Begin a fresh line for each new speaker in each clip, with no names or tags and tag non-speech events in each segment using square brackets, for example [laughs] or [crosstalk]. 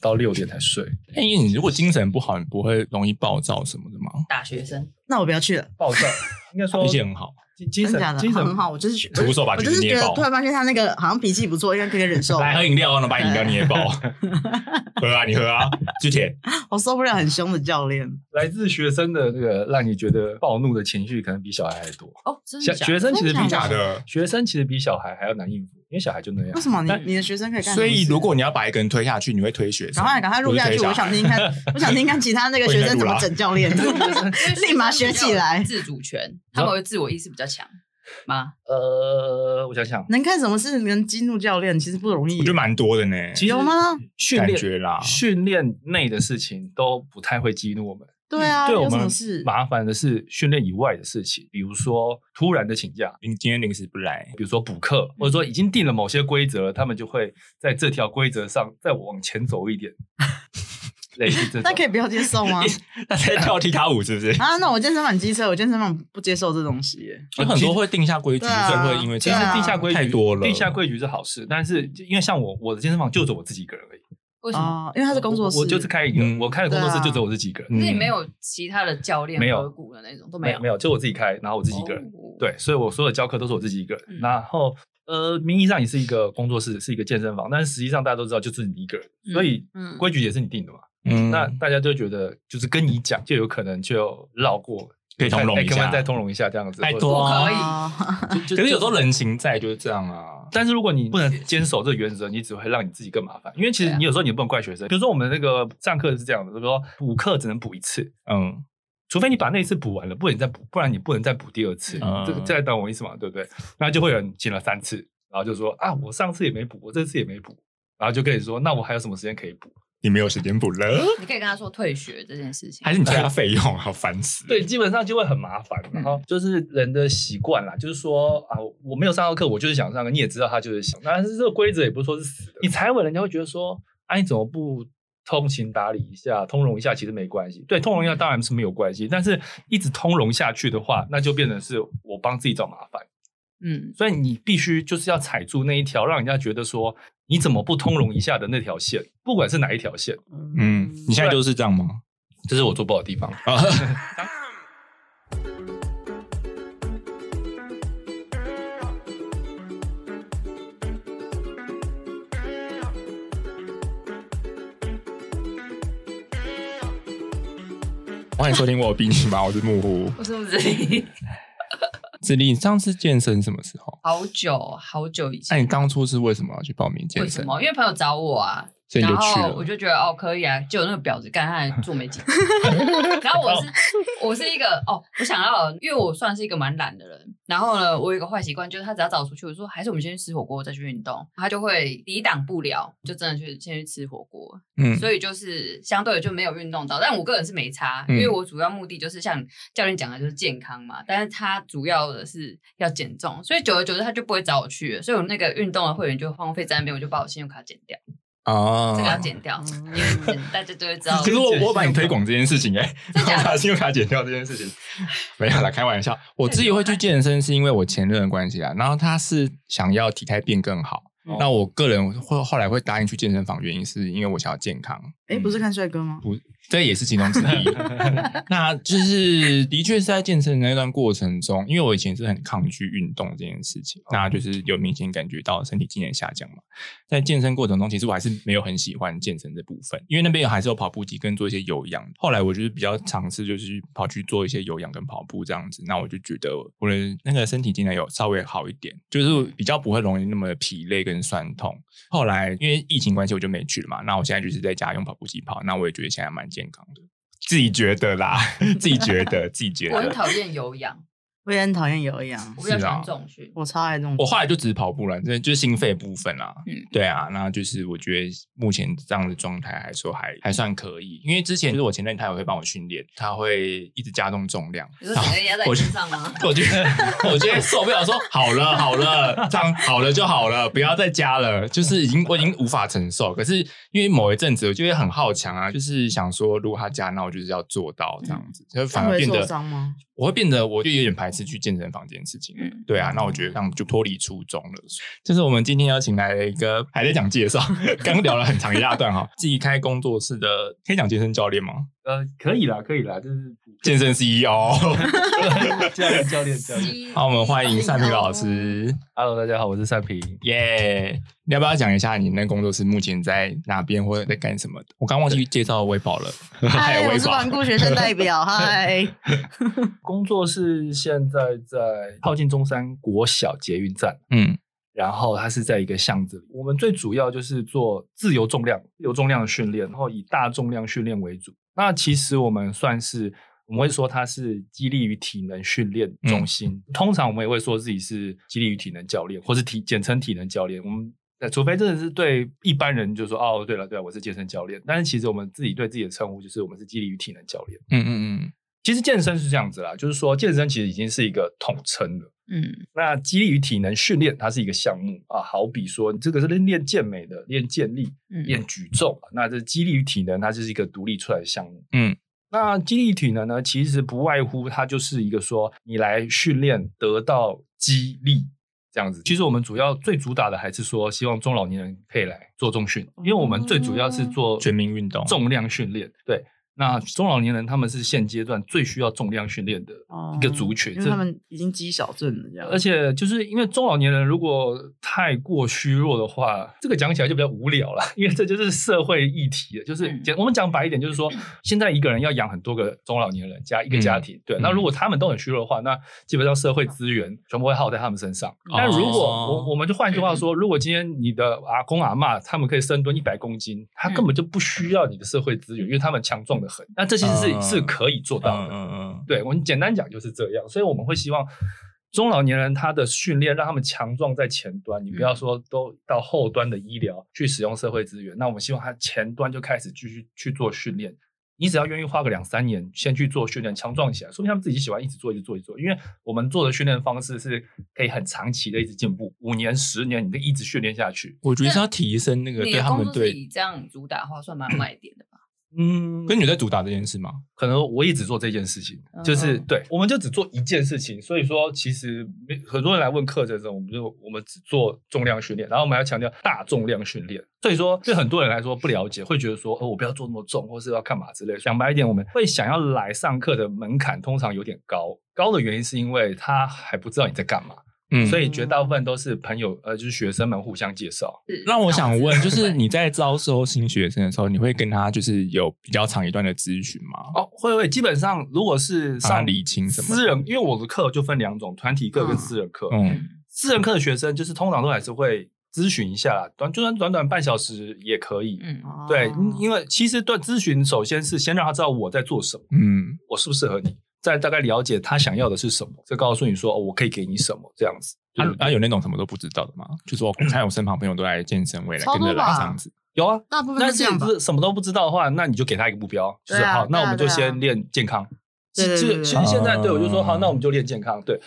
到六点才睡。
哎，你如果精神不好，你不会容易暴躁什么的吗？
大学生，
那我不要去了。
[laughs]
暴躁，应该说
脾气很好，
精精
真的
神
假的？
精神
很好，我就是
徒手把
我
别
就
人
是
捏
觉得
爆
突。然发现他那个好像脾气不错，因为可以忍受。
来喝饮料，然啊后把饮料捏 [laughs] 爆，喝啊，你喝啊，巨 [laughs] 铁，
我受不了很凶的教练，
来自学生的那个让你觉得暴怒的情绪，可能比小孩还多。
哦，真
小
的假的
学生其实比
真的
假
假
的。
学生其实比小孩还要难应付，因为小孩就那样
为。什么
但
你你的学生可以干什么
所
事？
以如果你要把一个人推下去，你会推学生，
赶快赶快录下去，
不是推小孩
我想听看，我想听看其他那个学生怎么整教练，
[laughs]
[laughs] 立马学起来
因为学生比较有自主权，他们会自我意识比较强吗？
呃，我想想，
能干什么事能激怒教练，其实不容易
我觉。得蛮多的呢，
其实
[laughs] 有吗？
训
感
练
觉啦，
训练内的事情都不太会激怒我们。
对啊，
对我
有什
们
么事？
麻烦的是训练以外的事情，比如说突然的请假，
你今天临时不来，
比如说补课，
嗯
或者说已经定了某些规则了，他们就会在这条规则上再往前走一点，
[laughs]
类似这种。
但可以不要接受吗？
那在跳踢踏舞是不是？
啊，那我健身房机车，我健身房不接受这东西耶。
有很多会定下规矩，
对啊
就会因为
其实
这样
对啊
定下规矩
太多了，
定下规矩是好事，但是就因为像我，我的健身房就只有我自己一个人而已。
为什么？
哦，因为他是工作室，
我我我就是开一个，
嗯
我开的工作室
对啊
就只有我自己一个人，
嗯
那你没有其他的教练
没有
合股的那种都
没
有，
没有，就我自己开，然后我自己一个人。
哦，
对，所以我所有的教课都是我自己一个人。
嗯
然后呃，名义上也是一个工作室，是一个健身房，但是实际上大家都知道就是你一个人，
嗯
所以
嗯
规矩也是你定的嘛。
嗯，
那大家就觉得就是跟你讲，就有可能就绕过，
可以通融
哎
一
跟
下
我再通融一下这样子。
拜
或者
托啊
可以
哦
就就
可是有时候
就
人情在就是这样啊，
但是如果你不能坚守这个原则，你只会让你自己更麻烦。因为其
对
实
啊
你有时候你也不能怪学生，比如说我们那个上课是这样的，就是说补课只能补一次，
嗯，
除非你把那一次补完了，不然你再补，不然你不能再补第二次。
嗯
这个这懂我意思嘛？对不对？那就会有人请了三次，然后就说啊，我上次也没补，我这次也没补，然后就跟你说，那我还有什么时间可以补？
你没有时间补了，
你可以跟他说退学这件事情，
还是你加费用，好烦死。
对，，基本上就会很麻烦。然后就是人的习惯啦，就是说啊，我没有上到课，我就是想上课，你也知道他就是想，但是这个规则也不是说是死的。你踩稳，人家会觉得说，啊，你怎么不通情达理一下，通融一下，其实没关系。对，通融一下当然是没有关系，但是一直通融下去的话，那就变成是我帮自己找麻烦。
嗯，
所以你必须就是要踩住那一条，让人家觉得说你怎么不通融一下的那条线，不管是哪一条线，
嗯，
[laughs]
你现在就是这样吗？
这是我做不好的地方。
啊，欢迎收听我有比你吗？我是木 [laughs] 虎。
我是不是 [laughs]
子立，你上次健身什么时候？
好久好久以
那、
前？
你当初是为什么要去报名健
为什
身？
么？因为朋友找我啊，
所以你
然
就去
后
了。
我就觉得哦可以啊，结果那个婊子干他还做没几次。 [laughs] 然后我是我是一个哦，我想到了，因为我算是一个蛮懒的人。然后呢，我有一个坏习惯，就是他只要找我出去，我说还是我们先去吃火锅再去运动，他就会抵挡不了，就真的去先去吃火锅。
嗯，
所以就是相对的就没有运动到，但我个人是没差，
嗯
因为我主要目的就是像教练讲的，就是健康嘛。但是他主要的是要减重，所以久而久之他就不会找我去了，所以我那个运动的会员就荒废在那边，我就把我信用卡剪掉，这个要
啊。
剪掉，
嗯
因为大家就会知道。
可是我我把你推广这件事情哎、
真
我
假的
把信用卡剪掉这件事情，没有啦，开玩笑。我自己会去健身是因为我前任的关系啦，然后他是想要体态变更好。
哦
那我个人会后来会答应去健身房，原因是因为我想要健康，
哎，不是看帅哥吗？
这也是其中之一。那就是的确是在健身的那段过程中，因为我以前是很抗拒运动这件事情，那就是有明显感觉到身体机能下降嘛。在健身过程中，其实我还是没有很喜欢健身这部分，因为那边还是有跑步机跟做一些有氧。后来我就是比较尝试，就是跑去做一些有氧跟跑步这样子，那我就觉得我的那个身体机能有稍微好一点，就是比较不会容易那么疲累跟酸痛。后来因为疫情关系，我就没去了嘛。那我现在就是在家用跑步机跑，那我也觉得现在蛮健康的。自己觉得啦， [laughs] 自己觉得，自己觉
我很
得。
讨厌有氧，
我也很讨厌有氧
我，比较喜
是啊
欢重训。
我超爱这种
我。后来就只跑步了，这就是心肺部分啦。
嗯
对啊，那就是我觉得目前这样的状态来说还还算可以，因为之前就是我前任他也会帮我训练，他会一直加重重量，
你说整个压在
我
你身上吗？
我觉得，我觉得受不了说好了，好了，这样好了就好了，不要再加了，就是已经我已经无法承受。可是因为某一阵子，我就会很好强啊，就是想说，如果他加，那我就是要做到这样子，就反而变
嗯会受
得
伤吗？
我会变得我就有点排是去健身房这件事情。
[laughs] 嗯
对啊，那我觉得这样就脱离初衷了。这是我们今天邀请来的一个，还在讲介绍，刚聊了很长一大段哈。 [laughs] 自己开工作室的，可以讲健身教练吗？
呃，可以啦，可以啦，就是
健身 E CEO。
教练教练教练。
[laughs] 好，我们欢迎善平老 [laughs] 师，
Hello，大家好，我是赛平。
耶、你要不要讲一下你那工作室目前在哪边或者在干什么的？我刚忘记介绍微宝了， [laughs]
哎
还
嗨，
有
我
微
是
宝。
顽固学生代
[laughs]
表，嗨，
工作室现在在靠近中山国小捷运站，
嗯
然后它是在一个巷子里。我们最主要就是做自由重量、自由重量的训练，然后以大重量训练为主。那其实我们算是，我们会说它是激励与体能训练中心。通常我们也会说自己是激励与体能教练，或是体简称体能教练。我们呃除非真的是对一般人就说哦，对了对了，我是健身教练。但是其实我们自己对自己的称呼就是我们是激励与体能教练。
嗯嗯
其实健身是这样子啦，就是说健身其实已经是一个统称了。
嗯
那激励与体能训练，它是一个项目啊，好比说这个是练练健美的、练健力、
嗯
练举重，啊那这激励与体能它就是一个独立出来的项目。
嗯
那激励与体能呢，其实不外乎它就是一个说你来训练得到激励这样子。其实我们主要最主打的还是说，希望中老年人可以来做重训，因为我们最主要是做
嗯，全民运动，
重量训练。对，那中老年人他们是现阶段最需要重量训练的一个族群，
哦因为
这
他们已经肌少症了，这样，
而且就是因为中老年人如果太过虚弱的话，这个讲起来就比较无聊了，因为这就是社会议题了。就是
嗯
讲、我们讲白一点，就是说现在一个人要养很多个中老年人加一个家庭，对。
嗯
那如果他们都很虚弱的话，那基本上社会资源全部会耗在他们身上。但如果
哦
我我们就换句话说，如果今天你的阿公阿嬷他们可以深蹲一百公斤，他根本就不需要你的社会资源，因为他们强壮的很。那这其实是、
嗯
是可以做到
嗯
的。
嗯嗯，
对我们简单讲就是这样，所以我们会希望中老年人他的训练让他们强壮在前端，你不要说都到后端的医疗去使用社会资源。那我们希望他前端就开始继续去做训练。你只要愿意花个两三年，先去做训练，强壮起来，说明他们自己喜欢一直做，一直做，一直做。因为我们做的训练方式是可以很长期的一直进步，五年、十年，你就一直训练下去。
我觉得是要提升那个
你
对
的
他
工
们
作室
对，
以这样主打的话，算蛮有卖点的吧？
嗯
跟你有在主打这件事吗？
可能我也只做这件事情，就是
嗯
对，我们就只做一件事情。所以说，其实没很多人来问课程的时候，我们就我们只做重量训练，然后我们还要强调大重量训练。所以说，对很多人来说不了解，会觉得说，哦，我不要做那么重，或是要干嘛之类的。讲白一点，我们会想要来上课的门槛通常有点高，高的原因是因为他还不知道你在干嘛，
嗯，
所
以
以绝大部分都是朋友，呃，就是学生们互相介绍。
是
让我想问，就是你在招收新学生的时候，你会跟他就是有比较长一段的咨询吗？
哦，会会，基本上如果是
帮他
上
理清什么的
私人，因为我的课就分两种，团体课跟私人课。
嗯
私人课的学生就是通常都还是会咨询一下啦，短就算短短半小时也可以。
嗯
哦
对，因因为其实对咨询，首先是先让他知道我在做什么，
嗯
我适不适合你，再大概了解他想要的是什么，再告诉你说、哦我可以给你什么这样子。
啊
就是
啊，有那种什么都不知道的吗？就说我看我身旁朋友都来健身，我也来
超
跟
多
着来
吧
这样子。
有啊，
大部分
但
是这
是
样
你
吧
不，是什么都不知道的话，那你就给他一个目标，就是
对啊
好，那我们就
对啊对啊
先练健康。
对对
是
对对
其实现在对我就说
啊
好，那我们就练健康，对，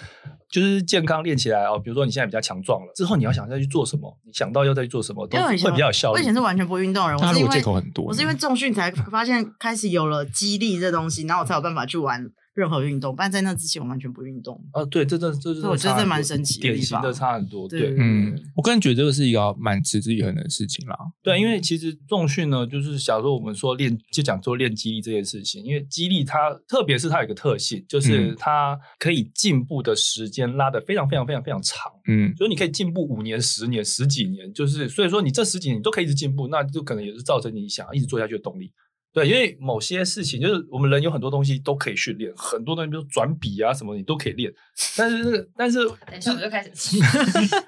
就是健康练起来哦。比如说你现在比较强壮了，之后你要想再去做什么，你想到要再去做什么，都
因为我以前
会比较有效
我
率
以。前是完全不运动的人，
那
我
如
是因
果
为
借口很多呢，
我是因为重训才
嗯
发现开始有了肌力这东西，然后我才有办法去玩任何运动。不然在那之前，我完全不运动。
啊，对，这这这
所以我觉得这蛮神奇的
典
地
型
方
的差很多，
对
对，
嗯，我个人觉得这个是一个蛮持之以恒的事情啦。
对，因为其实重训呢，就是假如我们说练，就讲做练肌力这件事情，因为肌力它，特别是它有一个特性，就是
嗯
它可以进步的时间拉得非常非常非常非常长。
[laughs] 嗯
就是你可以进步五年、十年、十几年，就是所以说你这十几年你都可以一直进步，那就可能也是造成你想要一直做下去的动力。对，因为某些事情就是我们人有很多东西都可以训练，很多东西，比如转笔啊什么，你都可以练。但是那个，但是
等一下我就开
[laughs]
始，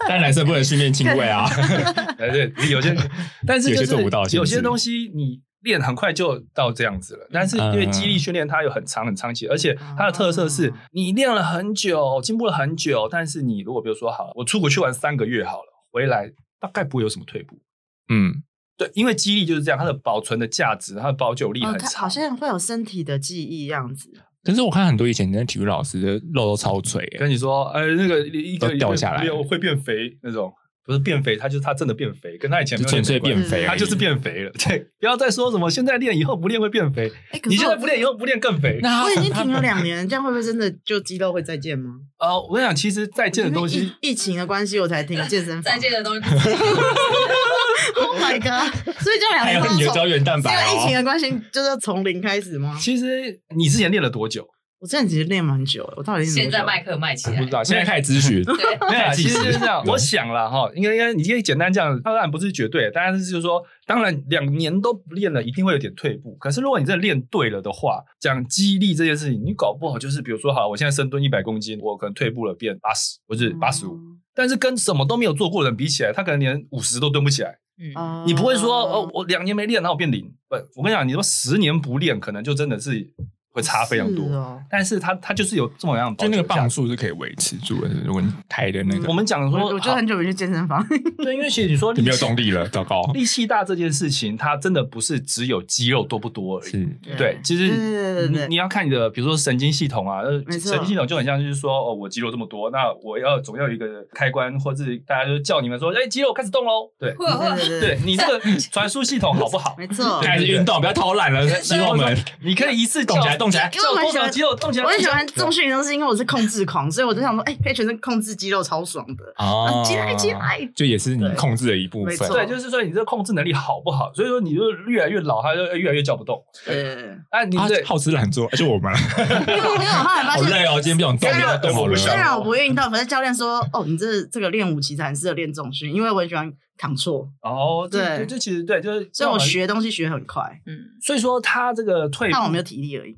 但男生不能训练轻微
[laughs]
啊。
哎，对，
[laughs]
有些，但是
有
就
些
是
做不到
有
甚
些
至
东西你练很快就到这样子了。但是
嗯
因为肌力训练它有很长很长期，而且它的特色是
哦
你练了很久，进步了很久，但是你如果比如说好了，我出国去玩三个月好了，回来大概不会有什么退步。
嗯，
对，因为肌力就是这样，它的保存的价值，它的保久力
哦
很
它
长。
好像会有身体的记忆样子。
可是我看很多以前的体育老师的肉都超垂欸、
跟你说，呃，那个一个
都掉下来
没有会变肥那种。不是变肥，他就是他真的变肥，跟他以前没有
纯粹
练没关
变
系
肥而已，
他就是变肥了。 [laughs] 对，不要再说什么现在练以后不练会变肥，
哎，可
你
是
现
我
在不练以后不练更肥。
那
我已经停了两年，这样会不会真的就肌肉会再见吗？
呃，我想其实再见的东
因为
西，
疫疫情的关系，我才停健身
再
房。
见的东西，
Oh my god！所以就两
还
年
有
半
你的
从
胶原蛋
是因
白
为疫情
哦。
的关系，就是从零开始吗？
其实你之前练了多 [laughs] 久？
我之前其实练蛮久了，我到底
[laughs]
是
现在
卖
麦克卖起
我
来
不知，道，现在开始咨询。。
对， [laughs]
没有啦，啊其实就是这样我想了哈，应该应该，你可以简单这样，当然不是绝对，当然是就是说，当然两年都不练了，一定会有点退步。可是如果你真的练对了的话，讲肌力这件事情，你搞不好就是比如说，好，我现在深蹲一百公斤，我可能退步了变八十或
嗯
是八十
嗯
五，但是跟什么都没有做过的人比起来，他可能连五十都蹲不起来。
嗯，
哦
你不会说哦，我两年没练，然后我变零。不，我跟你讲，你说十年不练，可能就真的是会差非常多。
是哦
但是他他就是有这么样的保
就
持
那个
价
磅
值。
数是可以维持住的，如果你抬的那个
嗯我，们讲说，啊哦
我我就很久没去健身房，
对，因为其实你说
你没有动力了，糟糕。
力气大这件事情，它真的不是只有肌肉多不多而已。
是，
对，其
对
实
对对对对
你你要看你的，比如说神经系统啊，呃
没错
神经系统就很像就是说，哦，我肌肉这么多，那我要总要有一个开关，或是大家就叫你们说，哎，肌肉开始动喽。对，
会会，
对
对，你这个传输系统好不好？
没错。
开始运动，不要偷懒了，肌肉们
你可以一次叫
动起来，动起来。
因为
叫
我很
多
喜
少
欢
肌肉动起来。
我很喜
动起来
欢重训运动，是因为我是控制狂，所以我就想说，哎、可以全身控制肌肉，超爽的。
哦
啊起来起来
就也是你
对
控制的一部
没
分。
错
对，就是说你这个控制能力好不好？所以说你就越来越老，他就越来越叫不动。
对，
哎，你
啊
对，
好吃懒做，而且我们啊
因为我因为我后来发
好
现，
累哦，今天不想动，
虽
明天
然
动好
我
了。
虽然我不运动，反正教练说，哦，你这这个练舞其实很适合练重训，因为我很喜欢扛错，
哦，这这
对
这其实对，就是
所以我学东西学很快，
嗯，
所以说他这个退步，
但我没有体力而已。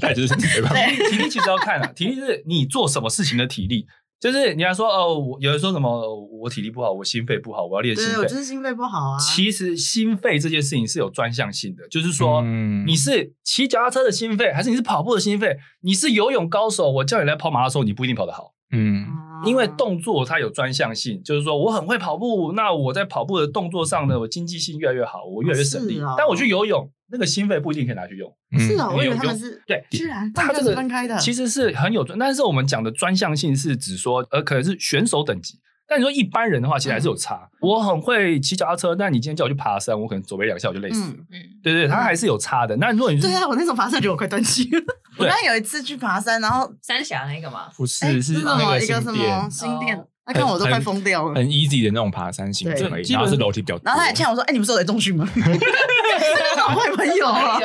但哦就是没办法，
体力体力其实要看啊， [laughs] 体力是你做什么事情的体力。就是人家说哦，我有人说什么、哦我体力不好，我心肺不好，我要练心
对，
肺
我。就是心肺不好啊。
其实心肺这件事情是有专项性的，就是说、
嗯
你是骑脚踏车的心肺，还是你是跑步的心肺？你是游泳高手，我叫你来跑马拉松，你不一定跑得好。
嗯，
啊
因为动作它有专项性，就是说我很会跑步，那我在跑步的动作上呢，我经济性越来越好，我越来越省力。
是哦
但我去游泳，那个心肺不一定可以拿去用。
是
啊，
哦，我以为他
有
们是
对
居然
它这
这
个
是分开的，
其实是很有专，但是我们讲的专项性是指说，呃，可能是选手等级。但你说一般人的话，其实还
嗯
是有差。我很会骑脚踏车，但你今天叫我去爬山，我可能走没两下我就累死了。
嗯
嗯，
对对，它还是有差的。那如果你是
对啊，我那时候爬山觉得我快断气了。我
对
刚刚有一次去爬山，然后
三峡那个嘛，
不
哎
是是
什
那
么
个
一
新
个什么
店，
新店
哦，
那看我都快疯掉了
很。easy 的那种爬山行程而
对
已，
基
然
本
后是楼梯比较多。
然后他还欠我说：“哎、你不是有在中训吗？” [laughs] 真的好坏
哎
朋
[laughs]
友啊，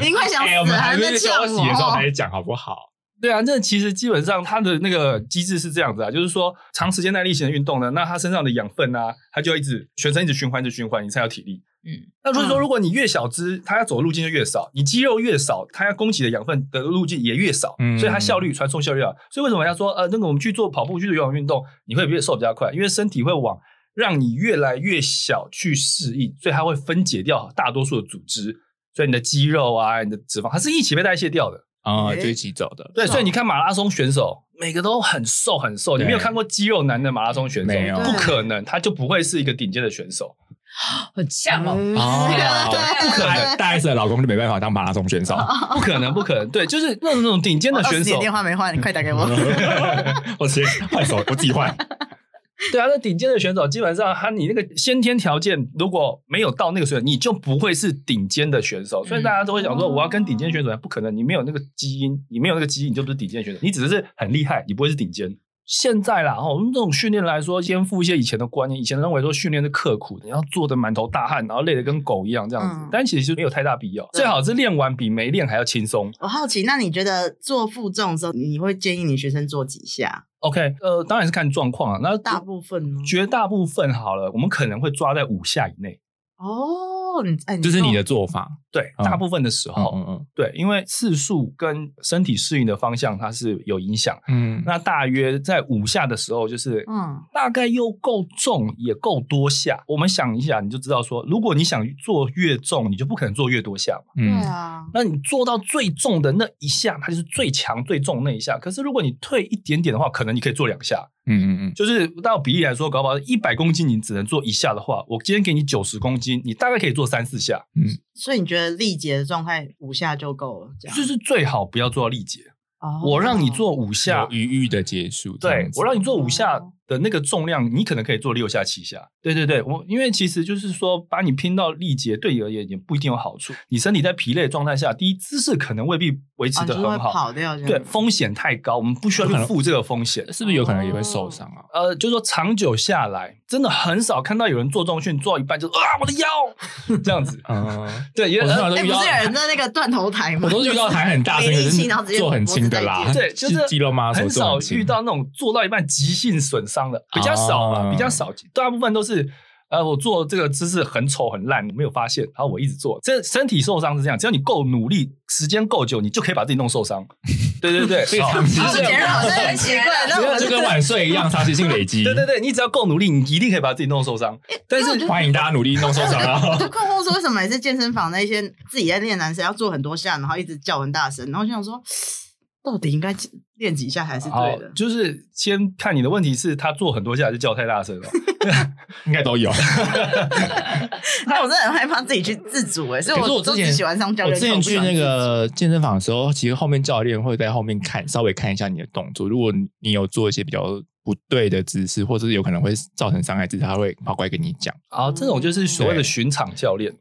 已经快想
哎，我
死
们
了，
还
还
没
在
在
欠
休息的时候
我。哦
才讲好不好？
对啊，那其实基本上它的那个机制是这样子啊，就是说长时间耐力型的运动呢，那它身上的养分啊，它就要一直全身一直循环，一直循环，你才有体力。
嗯，
那所以说，
嗯
如果你越小只，它要走的路径就越少，你肌肉越少，它要供给的养分的路径也越少，
嗯
所以它效率传送效率啊。所以为什么要说呃，那个我们去做跑步、去做游泳运动，你会越瘦比较快，因为身体会往让你越来越小去适应，所以它会分解掉大多数的组织，所以你的肌肉啊、你的脂肪，它是一起被代谢掉的。
啊，
哎
就一起走
[laughs]
的。
对，
是
所以
哦
你看马拉松选手，每个都很瘦很瘦，你
对
没有看过肌肉男的马拉松选手，
没有
不可能，他就不会是一个顶尖的选手。
很像哦，
哦
嗯 [laughs] 啊对，
不可能
大 S 的老公就没办法当马拉松选手，
不可能，不可能，对，就是那种那种顶尖
我
的
哦二十
选
年
手，
电话没换，你快打
[laughs]
[laughs]
给我。
我直接换手，我自己 [laughs] 换。
[laughs] 对啊，那顶尖的选手基本上他你那个先天条件如果没有到那个水准，你就不会是顶尖的选手。所以大家都会想说，
哦
我要跟顶尖选手，不可能，你没有那个基因，你没有那个基因，你就不是顶尖选手，你只是很厉害，你不会是顶尖。现在啦，哦，用这种训练来说，颠覆一些以前的观念。以前认为说训练是刻苦的，你要做的满头大汗，然后累得跟狗一样这样子，
嗯
但其实没有太大必要。
对
最好是练完比没练还要轻松。
我好奇，那你觉得做负重的时候，你会建议你学生做几下？
OK，呃，当然是看状况啊。那
大部分呢？
绝大部分好了，我们可能会抓在五下以内。
哦，你哎，
这是你
说
的做法。
对，
嗯
大部分的时候，
嗯
对，因为次数跟身体适应的方向它是有影响。
嗯
那大约在五下的时候，就是
嗯
大概又够重也够多下。我们想一下，你就知道说，如果你想做越重，你就不可能做越多下嘛。
对
嗯
啊，
那你做到最重的那一下，它就是最强最重那一下。可是如果你退一点点的话，可能你可以做两下。
嗯嗯
就是到比例来说，搞不好一百公斤你只能做一下的话，我今天给你九十公斤，你大概可以做三四下，
所以你觉得力竭的状态五下就够了，这样
就是最好不要做到力竭。
哦
我让你做五下
有，余裕的结束。这
对
样子
我让你做五下
哦，
的那个重量，你可能可以做六下七下。对对对，我因为其实就是说，把你拼到力竭，对你而言也不一定有好处。你身体在疲累的状态下，第一姿势可能未必维持
啊，
的
就是会
很好，
跑掉这样。
对，风险太高，我们不需要去负这个风险。
是不是有可能也会
哦
受伤啊？
呃，就是说长久下来，真的很少看到有人做重训做到一半就啊我的腰 [laughs] 这样子。
嗯，
对，也
[laughs] 我通常
呃
都
哎，
遇
不
到
是有人在那个断头台吗？
我都是遇
[laughs]
到喊很大声，可
没力气然后直
是
接
做很轻的啦，
对，就是是
肌肉 muscle
很
做
少
很轻
遇到那种做到一半急性损伤的，比较少嘛，
啊
比较少，大部分都是。呃，我做这个姿势很丑很烂，没有发现，然后我一直做。这身体受伤是这样，只要你够努力，时间够久，你就可以把自己弄受
[laughs]
伤。对对对，
所以
好
长期
啊我
性
觉得好像很奇怪，那我
就跟晚睡
[laughs]
一样，长期性累积。
对对对，你只要够努力，你一定可以把自己弄受伤。但是
欢迎大家努力弄受伤
我
啊！
[laughs] 就困惑说，为什么每次健身房那些自己在练男生要做很多下，然后一直叫很大声，然后就想说，到底应该练几下才是
好
对
哦
的，？
就是先看你的问题是他做很多下还是叫太大声了。
应该都有。
但我真的很害怕自己去自主哎、欸，所以
可是我
都
之
只
前
喜欢上教
我
练
之
课，
前
不喜
去
欢
那
自主
个健身房的时候，其实后面教练会在后面看，稍微看一下你的动作。如果你有做一些比较不对的姿势，或者是有可能会造成伤害姿势，他会跑过来跟你讲。
好，这种就是所谓的巡场教练，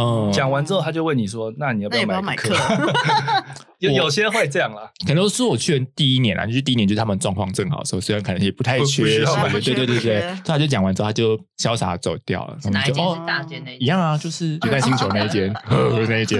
嗯，
讲完之后他就问你说：“那你要不
那也不要
买
买
个
课，
[laughs] 有
我
有些会这样啦，
可能都是我去的第一年啊，就是第一年就是他们状况正好的时候，虽然可能也不太
不不需
缺
要
什么
买
的，对对对
不
对。
缺
所以他就讲完之后，他就潇洒地走掉了。
是哪一
我们就
间？
哦
是大间那一
一
间？
样啊，就是九在星球那一间， [laughs] 那一间。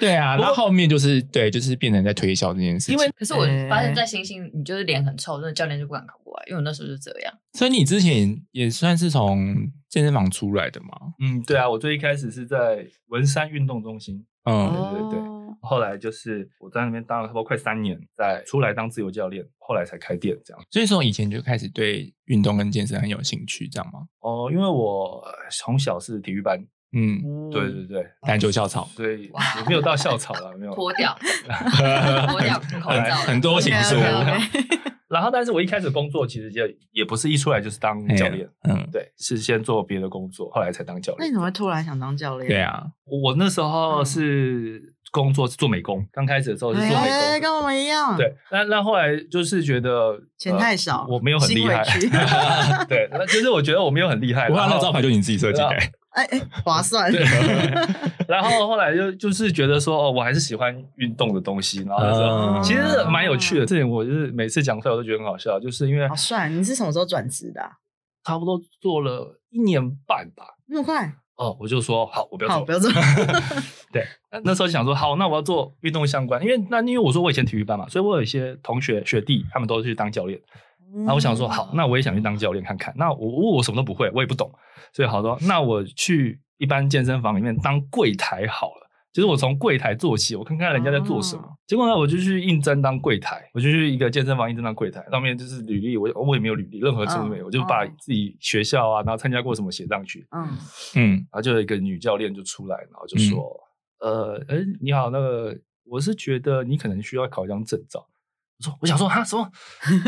对啊，
不过
那后面就是对，就是变成在推销这件事情。
因为
可是我发现，在星星，你就是脸很臭，那个教练就不敢考过来，因为我那时候就这样。
所以你之前也算是从健身房出来的嘛？
嗯，对啊，我最一开始是在文山运动中心，
嗯，
对对
哦
后来就是我在那边当了差不多快三年，再出来当自由教练，后来才开店这样。
所以从以前就开始对运动跟健身很有兴趣，这样吗？
哦，因为我从小是体育班，
嗯，
对对对，
篮球校
[laughs]
草，
所以
哇
也没有到校草了，没有
脱掉，脱掉口
很
罩，
很多情
对
愫。
啊 [laughs] 对啊
然后，但是我一开始工作其实就也不是一出来就是当
哎呀
教练，，
嗯，
对，是先做别的工作，后来才当教
那
练
你。怎么嗯会突然想当教练？
对啊，
我那时候是工作是做美工，刚开始的时候是做美工，
哎、跟我们一样，，
对，那那后来就是觉得
钱
呃
太少，
我没有很
心
厉
委
害，
屈
[laughs] 对，那就是我觉得我没有很厉害。
不过
然
那
后
招牌就你自己设计的
然，
哎哎，划算， [laughs]
对， [laughs] 然后后来就就是觉得说，哦，我还是喜欢运动的东西。然后那时候
嗯
其实蛮有趣的，这点我就是每次讲出来我都觉得很好笑，就是因为
好帅！你是什么时候转职的啊、
差不多做了一年半吧。
那么快？
哦，我就说好，我不要
好，
做
不。要做。
对， [laughs] 那那时候想说好，那我要做运动相关，因为那因为我说我以前体育班嘛，所以我有一些同学学弟他们都去当教练。然后我想说，好，那我也想去当教练看看。那我我我什么都不会，我也不懂，所以好说，那我去一般健身房里面当柜台好了。就是我从柜台做起，我看看人家在做什么。
哦
结果呢，我就去应征当柜台，我就去一个健身房应征当柜台，上面就是履历，我我也没有履历，任何资料没有，
嗯
我就把
嗯
自己学校啊，然后参加过什么写上去。
嗯，
嗯，
然后就有一个女教练就出来，然后就说：“呃，哎，你好，那个我是觉得你可能需要考一张证照。”我说：“我想说哈什么？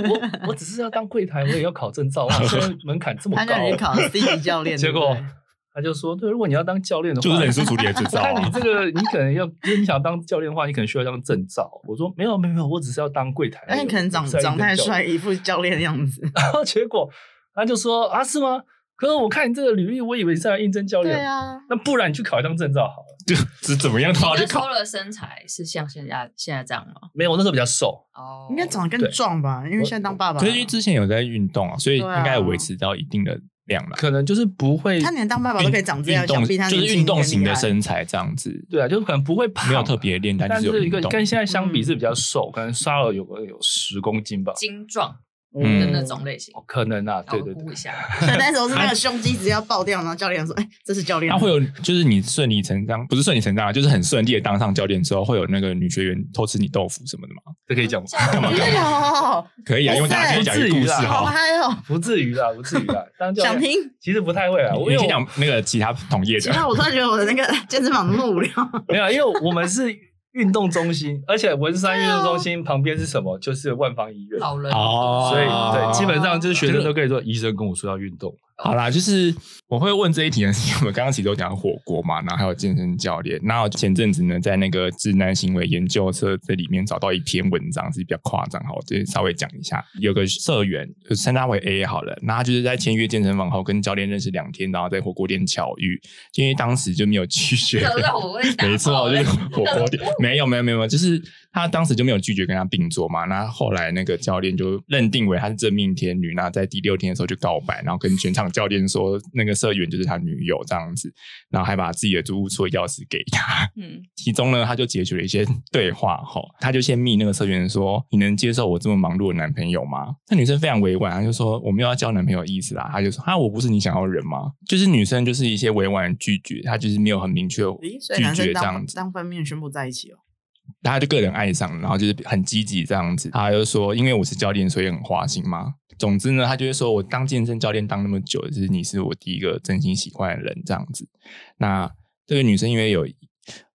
我我只是要当柜台，我也要考证照，哇，现在门槛这么
[laughs] 他
高
叫你去考
哦。
C 级教”练，
结
对不
果
对
他就说：“对，如果你要当教练的话，
就是忍术处理的这招
那你
啊
这。个你可能要，就是你想当教练的话，你可能需要一张证照。”我说：“没有没有没有，我只是要当柜台。”
而且可能长长太帅，一副教练的样子。
然后结果他就说：“啊，是吗？可是我看你这个履历，我以为你是来应征教练。
对啊，
那不然你去考一张证照好了。”
就只怎么样都要去
就
考
抽。了身材是像现在现在这样吗？
没有，我那时候比较瘦，
哦，
应该长得更壮吧？因为现在当爸爸，
所以因为之前有在运动啊，所以
对啊
应该有维持到一定的量了。
可能就是不会，
他连当爸爸都可以长这样，
运动
想必他
就
年
是
轻
运动
更
型的
厉害，
身材这样子，
对啊，就是可能不会胖，
没有特，别练，
但
但
是
有
一
运
个
动。
跟现在相比是比较瘦，可能刷了有个有十公斤吧，
精壮
嗯
的那 [laughs] 种类型
哦。可能啊，
好
对对
估
对
一，下，
[laughs] 所以那时候是那个胸肌直接要爆掉，然后教练说：“哎，这是教练。”
他会有，就是你顺理成章，不是顺理成章啊，就是很顺利的当上教练之后，会有那个女学员偷吃你豆腐什么的嘛？
这可以讲吗？
干嘛 [laughs]
哎呦，
可以啊，
哇塞
因为大家今天讲一个故事
好
哈。
嗨哦！
不至于啦，不至于 [laughs] 啦，当教
想
练
听？
其实不太会啊，我
你
因为
先讲那个其他同业
其
的，
他我突然觉得我的那个 [laughs] 健身房那么无聊，
我没有啊，因为我们是运动中心，而且文山运动中心旁边是什么？就是万方医院。
老人
哦
所以，
哦
对，基本上就是学生都可以说，医生跟我说要运动，
好啦，就是我会问这一题呢，是因为我们刚刚其实都讲火锅嘛，然后还有健身教练，然后前阵子呢，在那个直男行为研究社这里面找到一篇文章是比较夸张，哈，我这稍微讲一下。有个社员就称他为 A 好了，那他就是在签约健身房后跟教练认识两天，然后在火锅店巧遇，因为当时就没有拒绝，
早知道我会打
没
炮
错，就
嘞
是
[laughs]
火锅店。没有没有没有，没有就是他当时就没有拒绝跟他并桌嘛。那后来那个教练就认定为她是真命天女，那在第六天的时候就告白，然后跟全场教练说那个社员就是他女友这样子，然后还把自己的租屋处的钥匙给他。 [laughs]
嗯，
其中呢，他就截取了一些对话哈，他就先密那个社员说：“你能接受我这么忙碌的男朋友吗？”那女生非常委婉，她就说：“我没有要交男朋友的意思啦。”她就说：“啊，我不是你想要的人吗？”就是女生就是一些委婉的拒绝，她就是没有很明确地
咦，所以
拒
男生
绝这样
当
子。
当分面宣布在一起哦。
他就个人爱上，然后就是很积极这样子。他就说，因为我是教练，所以很花心嘛。总之呢，他就会说我当健身教练当那么久，就是你是我第一个真心喜欢的人这样子。那这个女生因为有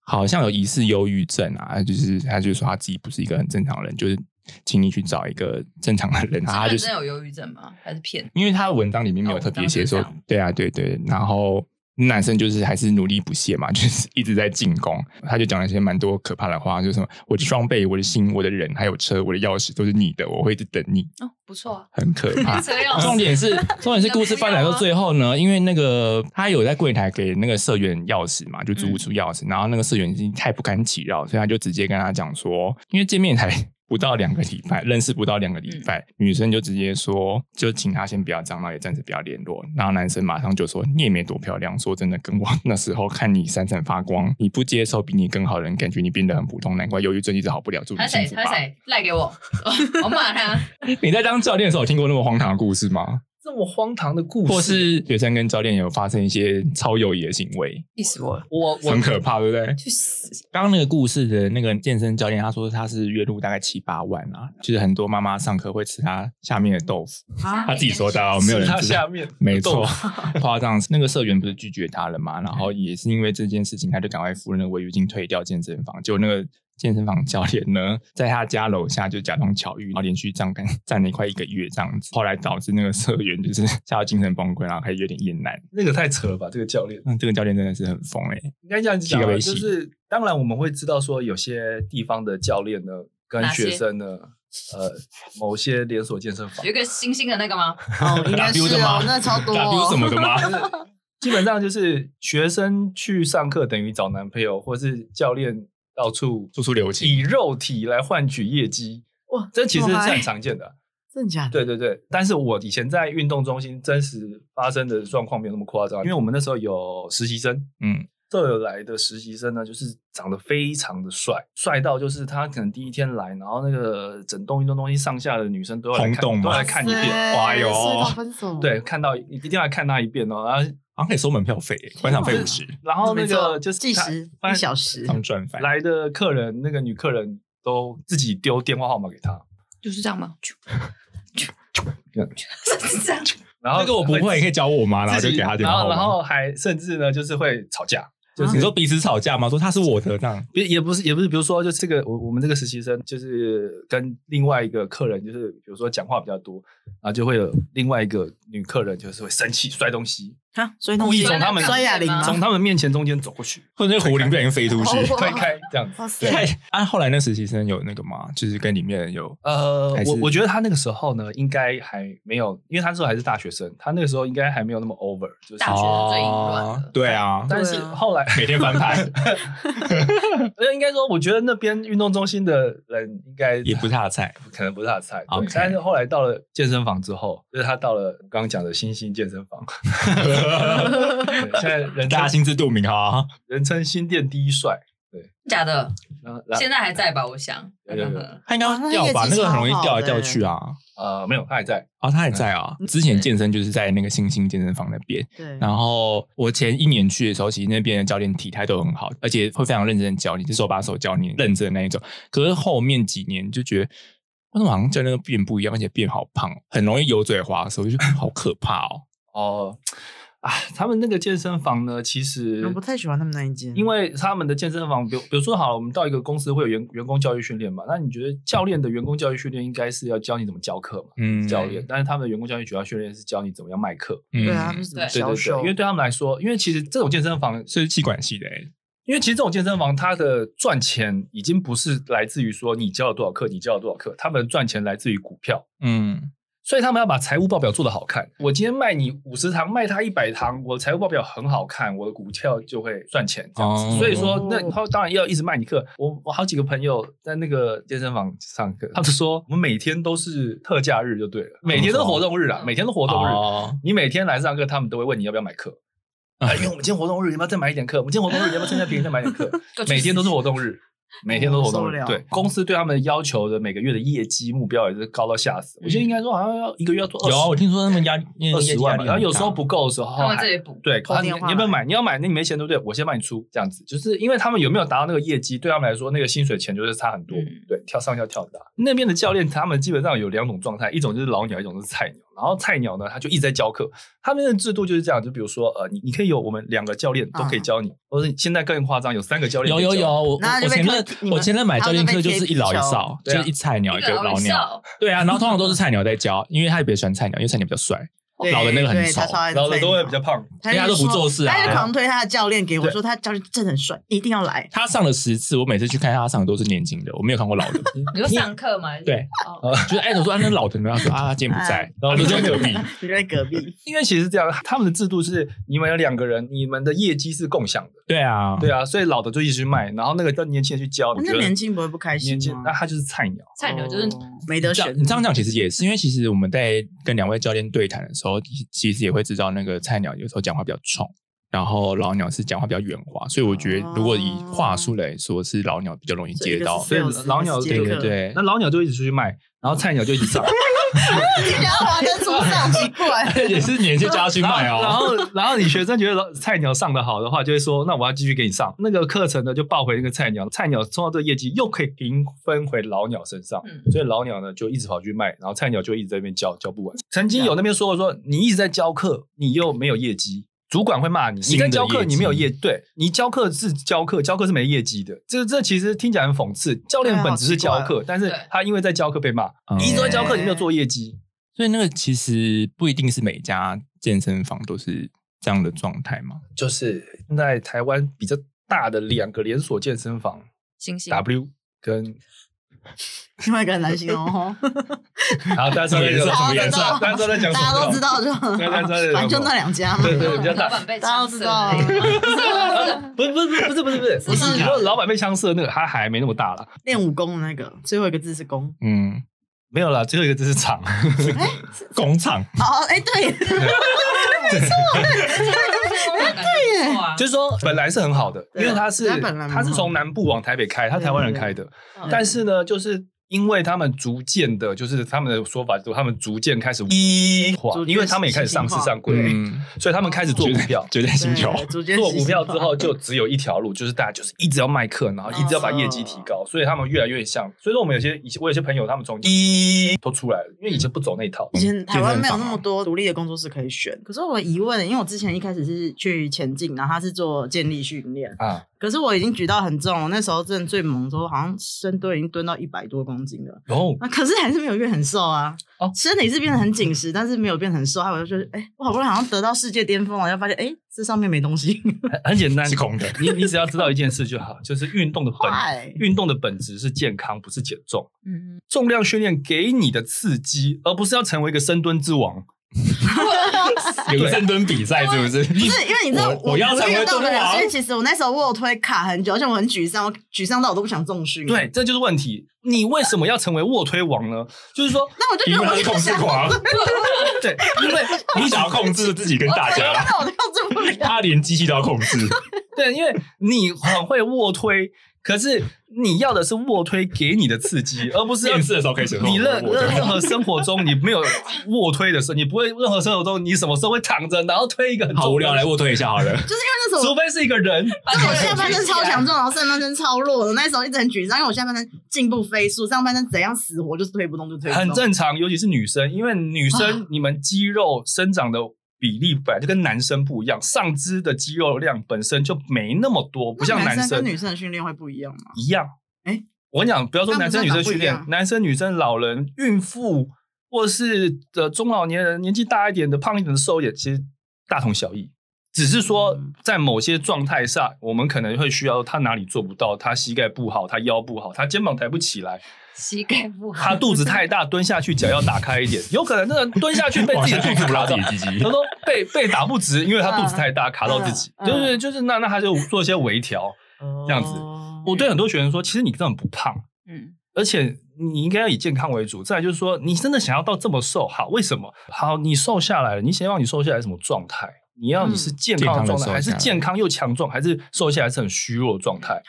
好像有疑似忧郁症啊，就是她就说她自己不是一个很正常的人，就是请你去找一个正常的人。然后她
他
就
就是真的有忧郁症吗？还是骗？
因为他文章里面没有
哦
特别写说，
文章是
对啊，对对，然后男生就是还是努力不懈嘛， [laughs] 就是一直在进攻，他就讲了一些蛮多可怕的话，就是什么我的双倍、我的心、我的人、还有车、我的钥匙都是你的，我会一直等你，
哦，不错 [laughs] 啊，
很可怕。
这
[laughs]
样
重点是，重点是故事发展到最后呢，因为那个他有在柜台给那个社员钥匙嘛，就租屋处钥匙，然后那个社员已经太不堪其扰，所以他就直接跟他讲说，因为见面才不到两个礼拜，认识不到两个礼拜，女生就直接说，就请他先不要这样，那也暂时不要联络。然后男生马上就说，你也没多漂亮，说真的，跟我那时候看你闪闪发 [laughs] 光，你不接受比你更好的人，感觉你变得很普通，难怪忧郁症一直好不了，祝你
他
幸
谁
[laughs] 福
他
吧。
谁赖给我，我骂他。
你在当教练的时候，有听过那么荒唐的故事吗？
这么荒唐的故事，
或是学生跟教练有发生一些超友谊的行为，
[laughs] 气死我了！
我我
很可怕，对不对？
去死！
刚刚那个故事的那个健身教练，他说他是月入大概七八万啊，就是很多妈妈上课会吃他下面的豆腐，
[laughs] 啊
他自己说的啊，没有人
是他
知道
下。面
没
豆
错
腐，
[laughs] 夸张。那个社员不是拒绝他了嘛？然后也是因为这件事情，他就赶快付了那个违约金，退掉健身房。结果那个健身房教练呢， [laughs] 在他家楼下就假装巧遇，然后连续站岗站了快一个月这样子。后来导致那个社员就是 [laughs] 吓到精神崩溃，然后开始有点厌男。
那个太扯了吧？这个教练
那这个教练真的是很疯哎、欸，
应该这样讲
踢
啊，
个
就
围棋
是当然我们会知道说有些地方的教练呢跟
哪
学
些
生呢，呃，某些连锁健身房
有一个星星的那个吗？
哦，应该是
打 build 吗
哦，那超多、
打丢什
哦。
么的吗？
[laughs]
[laughs]
基本上就是学生去上课等于找男朋友，或是教练到处
处处留情
以肉体来换取业绩，
哇，
这其实是
哇
很常见的。啊
真的假的？
对对对，但是我以前在运动中心真实发生的状况没有那么夸张，因为我们那时候有实习生，
嗯，
这来的实习生呢，就是长得非常的帅，帅到就是他可能第一天来，然后那个整栋运动中心上下的女生都要来
轰
看，
动
都要
嘛
来看一
哇
遍，
塞
哇哟
所以到分手，
对，看到一定要来看他一遍哦，然后
好像可以收门票费、欸，观赏费五十，
然后那
没错
个就是
计
他
时
反
一小时
他，们赚翻。
来的客人，那个女客人都自己丢电话号码给他，
就是这样吗？
对
[laughs] 是这样。
然后
那个我不会，可以教我吗？然后
自
就
己
给他电
然后
话号码。
然后还甚至呢，就是会吵架，就
就
是是
你说彼此吵架吗？说他是我的这样，
别也不是也不是，比如说就这个我我们这个实习生就是跟另外一个客人，就是比如说讲话比较多，然后就会有另外一个女客人就是会生气摔东西，
啊，所以
故意
西
从他们
摔哑铃吗
从他们面前中间走过去
或者那个狐狸不小心飞出去。
哦
推开这样子。
哇塞，
对，啊，后来那实习生有那个吗？就是跟里面人有
呃
还，是
我我觉得他那个时候呢，应该还没有，因为他那时候还是大学生，他那个时候应该还没有那么 over，就是
大学生最淫乱了
对啊，
但是
对啊
后来， [laughs]
每天翻牌
呃，应该说，我觉得那边运动中心的人应该
也不是他的菜。
可能不是他的菜。对
OK
但是后来到了健身房之后，就是他到了刚刚讲的新兴健身房， [laughs] 对现在人
大家
称
心知肚明哈。
人称新店第一帅。
假的，
然后然
现在还在吧？我想。嗯
有有有
他应该
哇那
掉
业绩
吧，那个
超
很容易
好
掉来
的
掉
欸
去啊。
呃，没有，他还在。
啊，他也在啊。之前健身就是在那个星星健身房那边，
嗯
对，
然后我前一年去的时候，其实那边的教练体态都很好，而且会非常认真地教你，就手把手教你，认真的那一种。可是后面几年就觉得，为什么好像教练都变不一样，而且变好胖，很容易油嘴滑舌，我就觉得好可怕哦。
哦，啊，他们那个健身房呢，其实
我不太喜欢他们那一间，
因为他们的健身房，比如比如说好了，我们到一个公司会有员员工教育训练嘛，那你觉得教练的员工教育训练应该是要教你怎么教课嘛？
嗯
教练，但是他们的员工教育主要训练是教你怎么样卖课，
嗯
对啊，他们是怎么
对
对
销
对对，
售
因？为对他们来说，因为其实这种健身房
是气管系的欸，
因为其实这种健身房，它的赚钱已经不是来自于说你教了多少课，你教了多少课，他们赚钱来自于股票，
嗯，
所以他们要把财务报表做得好看。我今天卖你五十堂，卖他一百堂，我财务报表很好看，我的股票就会赚钱这样子。
哦
所以说，那他当然要一直卖你课。我我好几个朋友在那个健身房上课，他们说我们每天都是特价日就对了，每天都是活动日啦，啊每天都活动日。
哦，
你每天来上课，他们都会问你要不要买课。哎，因为我们今天活动日，你要不要再买一点课？我们今天活动日，你要不要趁在便宜再买点课？
就去
每天都是活动日，每天都是活
受
动
不
日。
了
对，公司对他们的要求的每个月的业绩目标也是高到吓死。我觉得应该说好像要一个月要做
有啊，我听说他们压
二十万吧，
嘛，
然后有时候不够的时候
他们这
还。
里补，
对，
扣
啊你
电话
你要不要
来
买？你要买，那你没钱对不对？我先帮你出，这样子，就是因为他们有没有达到那个业绩，对他们来说，那个薪水钱就是差很多。
嗯
对，跳上跳跳很大。那边的教练他们基本上有两种状态，一种就是老鸟，一种是菜鸟。然后菜鸟呢，他就一直在教课，他们的制度就是这样，就比如说呃，你你可以有我们两个教练
啊
都可以教你，或者你现在更夸张，有三个教练
有
可以
有
教
有，我我
然后就
我
被
前
推
任
你们
我前任买教练课就是一老一
然
少
后，
就
就
被贴皮球啊
是一菜鸟一个
老
老鸟，
少，
对啊，然后通常都是菜鸟在教，因为他也比较喜欢菜鸟，因为菜鸟比较帅，
对
老的那个很
对
丑
他超爱
你，然后
菜
都会
鸟
比较胖。
他
人家
就
都不
说
做事啊
他就
对啊
狂推他的教练给我
对
说，他教练真的很帅，一定要来。
他上了十次，我每次去看他上的都是年轻的，我没有看过老的。
你说上课吗？还是
对，
哦
[laughs] 就是哎，我说啊，那老的呢？他说啊，他今天不在
哎，
然后我就在隔壁。
[laughs] 你在隔壁，
因为其实这样，他们的制度是你们有两个人，你们的业绩是共享的，
对啊，
对啊，所以老的就一直去卖，然后那个让年轻人去教，你觉
哦那
得
年轻不会不开心
年轻，那
吗？
他就是菜鸟。
菜鸟就是
哦没得
这样
选，
你这样讲其实也是，因为其实我们在跟两位教练对谈的时候，其其实也会知道那个菜鸟有时候讲话比较冲，然后老鸟是讲话比较圆滑，所以我觉得如果以话术来说，是老鸟比较
哦
容易接到。
所以老鸟
对
对
这
对
[laughs]
对，
那老鸟就一直出去卖，然后菜鸟就一直 [laughs] 上，
你想要把跟书 [laughs] 上奇怪，
也是年纪加去
然后
卖
然
哦。
后然后你学生觉得老菜鸟上的好的话，就会说那我要继续给你上那个课程呢，就报回那个菜鸟，菜鸟冲到这个业绩又可以平分回老鸟身上。
嗯，
所以老鸟呢就一直跑去卖，然后菜鸟就一直在那边教教不完。曾经有那边说过说，你一直在教课，你又没有业绩，主管会骂你。你
新的
在教课，
业绩
你没有业，对你教课是教课，教课是没业绩的。这这其实听起来很讽刺。教练本质是教课，但是
对
他因为在教课被骂，
嗯
你一直在教课，你没有做业绩。
所以 [laughs] 那个其实不一定是每家健身房都是这样的状态嘛。
就是现在台湾比较大的两个连锁健身房
星星
W [laughs] 跟，
另外一个很难形容 [laughs] 哦，
好，大家知道在讲什么颜啊色，大哦家知道在讲什么，
大家都知道就好，
大家知道在讲什么
[laughs] 反正就那两家嘛。
对对，比较
老
大。
板被啊
大家
呛
都知
死
道啊
了，
[laughs]
[laughs] 是
不是不是不是不是不是不是，你说老板被枪射那个，他还没那么大啦。
练武功的那个，最后一个字是“ [laughs] 功
嗯，
没有啦，最后一个字是长，
工厂”。
哎哦，哎，对，
对耶，
就是说本来是很好的，因
对
为它是
它本来蛮好
它是从南部往台北开，它台湾人开的，但是呢，就是。因为他们逐渐的，就是他们的说法，就是他们逐渐开始一化
逐，渐
因为他们也开始上市上柜，
嗯，
所以他们开始做股票。
绝代星球。
对，逐渐
做
形
股票
化
之
[laughs]
后，就只有一条路，就是大家就是一直要卖课，然后一直要把业绩
哦
提高，所以他们越来越像。所以说，我们有些以前我有些朋友，他们从一都出来了，因为以前不走那一套
以。前台
啊
湾没有那么多独立的工作室可以选，可是我疑问，因为我之前一开始是去前进，然后他是做建立训练，
啊，
可是我已经举到很重，我那时候真的最猛的时候，好像深蹲已经蹲到一百多公斤了，
然后
啊，可是还是没有变很瘦啊。
哦
身体是变得很紧实，但是没有变很瘦。还有就觉得，哎、我好不容易好像得到世界巅峰了，然后发现，哎、这上面没东西。
很很简单，
是空的。
你你只要知道一件事就好，就是运动的本
快
运动的本质是健康，不是减重。
嗯，
重量训练给你的刺激，而不是要成为一个深蹲之王。
有个深蹲比赛是不是？
不是因为你知道
我我要成为
运动的
蹲
人，
王
所以其实我那时候卧推卡很久，而且我很沮丧，我沮丧到我都不想重训。
对，，这就是问题。你为什么要成为卧推王呢？就是说，
那我就觉得我不想，
狂，
对，因为
你想要控制自己跟大家，
那我控制不了。
他连机器都要控制。
对，因为你很会卧推，可是你要的是卧推给你的刺激，而不是要
面试的时候可以选
你任
任
任任何生活中你没有卧推的时候，你不会任何生活中你什么时候会躺着然后推一个很
好
重
无聊，
的
来卧推一下好了。
就是因为那时候
除
我。
非是一个人，
就是我下半身超强壮，然后上半身超弱的。那时候一直很沮丧，因为我下半身进步飞速，上半身怎样死活就是推不动就推不动。啊
很正常，尤其是女生，因为女生你们肌肉生长的。比例本来就跟男生不一样，上肢的肌肉量本身就没那么多，不像
那
男
生
生
跟女生的训练会不一样吗？
一样。
诶
我跟你讲，不要说
那
男生
不
女
是
生
长不
训
一
练
样，
男生女生、老人、孕妇，或是呃中老年人、年纪大一点的、胖一点的、瘦一点，其实大同小异。只是说
嗯，
在某些状态下，我们可能会需要他哪里做不到，他膝盖不好，他腰不好，他肩膀抬不起
[laughs]
来，
[laughs] 膝盖不好，
他肚子太大，蹲下去脚要打开一点，有可能那个蹲下去被自己的肚子卡到，
[laughs]
鸡鸡
他说被被打不直，因为他肚子太大卡到自己，
嗯
就是就是那那他就做一些微调。这样子我对很多学生说，其实你根本不胖，
嗯，
而且你应该要以健康为主。再来就是说，你真的想要到这么瘦，好，为什么？好，你瘦下来了，你想要你瘦下来什么状态？你要你是健康的状态，
嗯
还是健康又强壮，还是瘦下来是很虚弱的状态？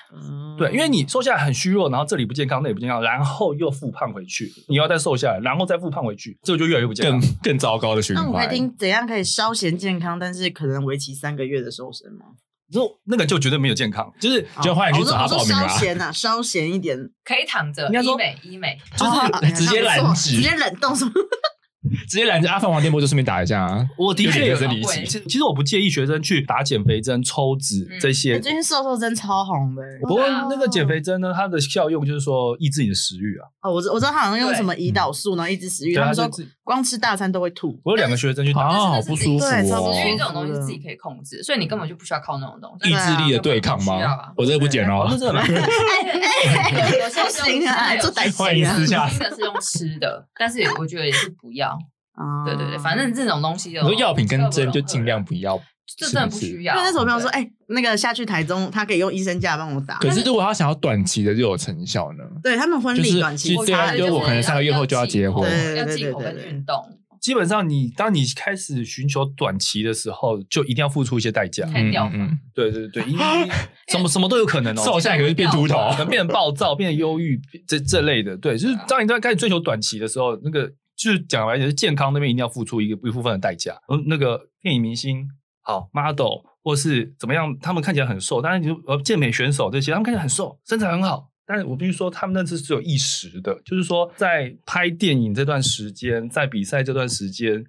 对，因为你瘦下来很虚弱，然后这里不健康，那里不健康，然后又复胖回去，你要再瘦下来，然后再复胖回去，这个就越来越不健
更
康。
更糟糕的循
那我可以
环。
听怎样可以稍显健康，但是可能为期三个月的瘦身吗？
就那个就绝对没有健康，就是
就换你去
哦我说
找他
我说
报名啊
稍闲啊，稍闲一
[laughs]
点，哦
可以躺着，
应该说
医美医美，
就是
直接懒
直接冷冻什么？
直接拦着阿凡玩电波就顺便打一下啊！
我的确
有
有
点离
奇
其其实我不介意学生去打减肥针、抽脂
嗯
这些
欸最近瘦瘦针超红的欸，
不过那个减肥针呢，它的效用就是说抑制你的食欲啊。
哦，我知我知道他好像用什么胰
嗯
岛素，然后抑制食欲。
对啊
他们说
就自己
光吃大餐都会 [laughs] 吐。
我有两个学生去打，
啊，好
但是
不
那是
舒服
自己对差不
哦
多
食欲这种东西是自己可以控制，所以你根本就不需要靠那种东西。
意志力的对抗
需要啊
吗？我这个不剪
哦
哦
那，真的蛮
有些
不行啊， [laughs] 做歹
欢迎
心啊
私！下
新的是用吃的，但是我觉得也是不要。
啊
对对对，反正这种东西，
我说药品跟针就尽量不要。
这真的不需要。
因为那时候我朋友说，
对，
哎，那个下去台中，他可以用医生假帮我打。
可是如果他想要短期的就有成效呢？
对他们婚
就是
礼短
其
期
实
觉
对
得
啊
差
因
的
为
是
我可能三个月后就要结婚
对
要
对
忌口
对
跟
对对
运动，
基本上你当你开始寻求短期的时候，就一定要付出一些代价。
嗯
嗯
掉
嗯嗯，
对对对，因为什么什么都有可能
瘦
哦。
下来可是变秃头，
[laughs] 可能变暴躁、变忧郁这这类的，对，就是当你在开始追求短期的时候，那个就是讲白了，就是健康那边一定要付出一个一部分的代价。嗯，那个电影明星、好 model 或是怎么样，他们看起来很瘦，但是你就呃健美选手这些，他们看起来很瘦，身材很好。但是我必须说，他们那次是有一时的，就是说在拍电影这段时间，在比赛这段时间，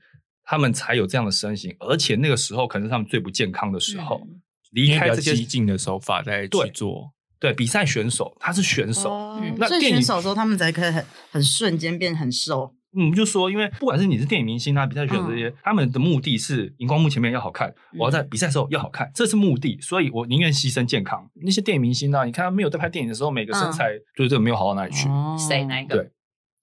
他们才有这样的身形，而且那个时候可能是他们最不健康的时候。
嗯
因
离
为比
开
较
这些
激进的手法再去
对
做。
对比赛选手，他是选手，
哦
嗯
那
所以
电影
选手的时候，他们才可以很很瞬间变很瘦。
我嗯们就说，因为不管是你是电影明星啊、比赛选手
嗯
这些，他们的目的是荧光幕前面要好看，
嗯
我要在比赛的时候要好看，这是目的，所以我宁愿牺牲健康。那些电影明星啊，你看他没有在拍电影的时候，每个身材就是这没有好到哪里去。
嗯哦
谁哪一个？
对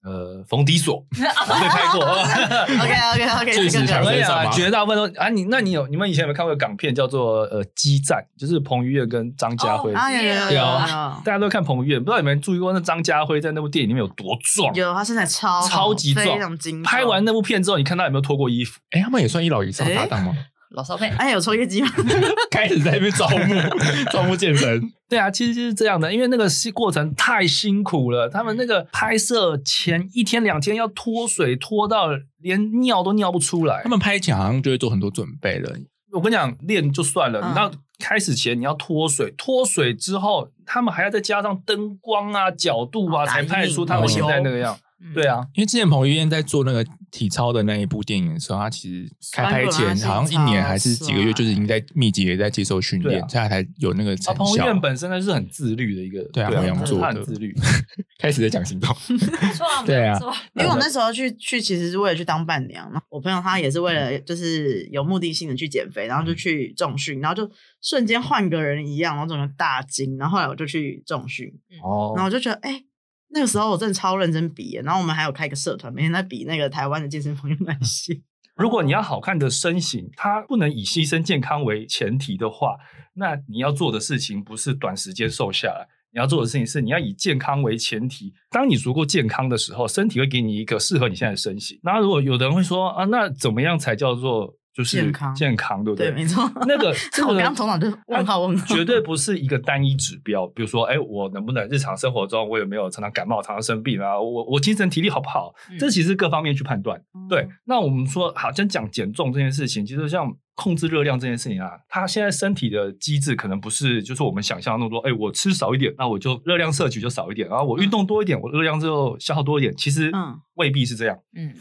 呃，冯迪
[laughs]
索我被拍过。
？OK OK
[laughs]
OK，
最
这
时
个
尚
我
可
跟
以
你
身上
讲，
吗
绝大部分都啊，你那你有你们以前有没有看过港片叫做呃《激战》，就是彭于晏跟张家辉，
哦
啊有有有
有
有
大家都看彭于晏，不知道你们注意过那张家辉在那部电影里面有多壮，
有，他身材超好
超级
非
壮
常精，壮。
拍完那部片之后，你看他有没有脱过衣服？
哎，他们也算一老一少搭档吗？
老少配，
哎有抽业绩吗？
[laughs]
[laughs]
开始在那边招募 [laughs] 招募健身，
对啊，其实就是这样的，因为那个是过程太辛苦了，他们那个拍摄前一天两天要脱水，脱到连尿都尿不出来
他。们拍前好像就会做很多准备了。
我跟你讲，练就算了，
嗯
你到开始前你要脱水，脱水之后，他们还要再加上灯光啊、角度啊，
哦打
才拍得
印
出他们现在那个样。
嗯
对，啊，
因为之前彭于晏在做那个体操的那一部电影的时候，他其实开拍前
啊
酸
好
果
像
拉筋
一年还是几个月，就是已经在密集的在接受训
对
练
啊，
这样才有那个
啊，
成
彭于
效。
晏本身他是很自律的一个，
对啊我想做
他很
的
自
[laughs]
律。
开始在讲行动，
不错啊，
对啊
不错
因为我那时候去去，其实是为了去当伴娘。我朋友她也是为了
嗯
就是有目的性的去减肥，然后就去重训，然后就瞬间换个人一样，然后整个大惊。然后后来我就去重训，然后
哦，
我就觉得哎。那个时候我真的超认真比耶，然后我们还有开一个社团，每天在比那个台湾的健身房有哪些。
如果你要好看的身形，它不能以牺牲健康为前提的话，那你要做的事情不是短时间瘦下来，你要做的事情是你要以健康为前提。当你足够健康的时候，身体会给你一个适合你现在的身形。那如果有的人会说啊，那怎么样才叫做就是
健康
健康， [laughs] 对不
对，没错。 [laughs]
那个
这
这
我
个
刚刚头脑就问号问号
绝对不是一个单一指标。比如说，哎，我能不能日常生活中我有没有常常感冒、常常生病啊？我我精神体力好不好？
嗯
哦
这其实各方面去判断。对，那我们说好像讲减重这件事情，其实像控制热量这件事情啊，它现在身体的机制可能不是就是我们想象那么多，哎，我吃少一点，那我就热量摄取就少一点，然后我运动多一点，我热量就消耗多一点。其实
嗯
未必是这样。
嗯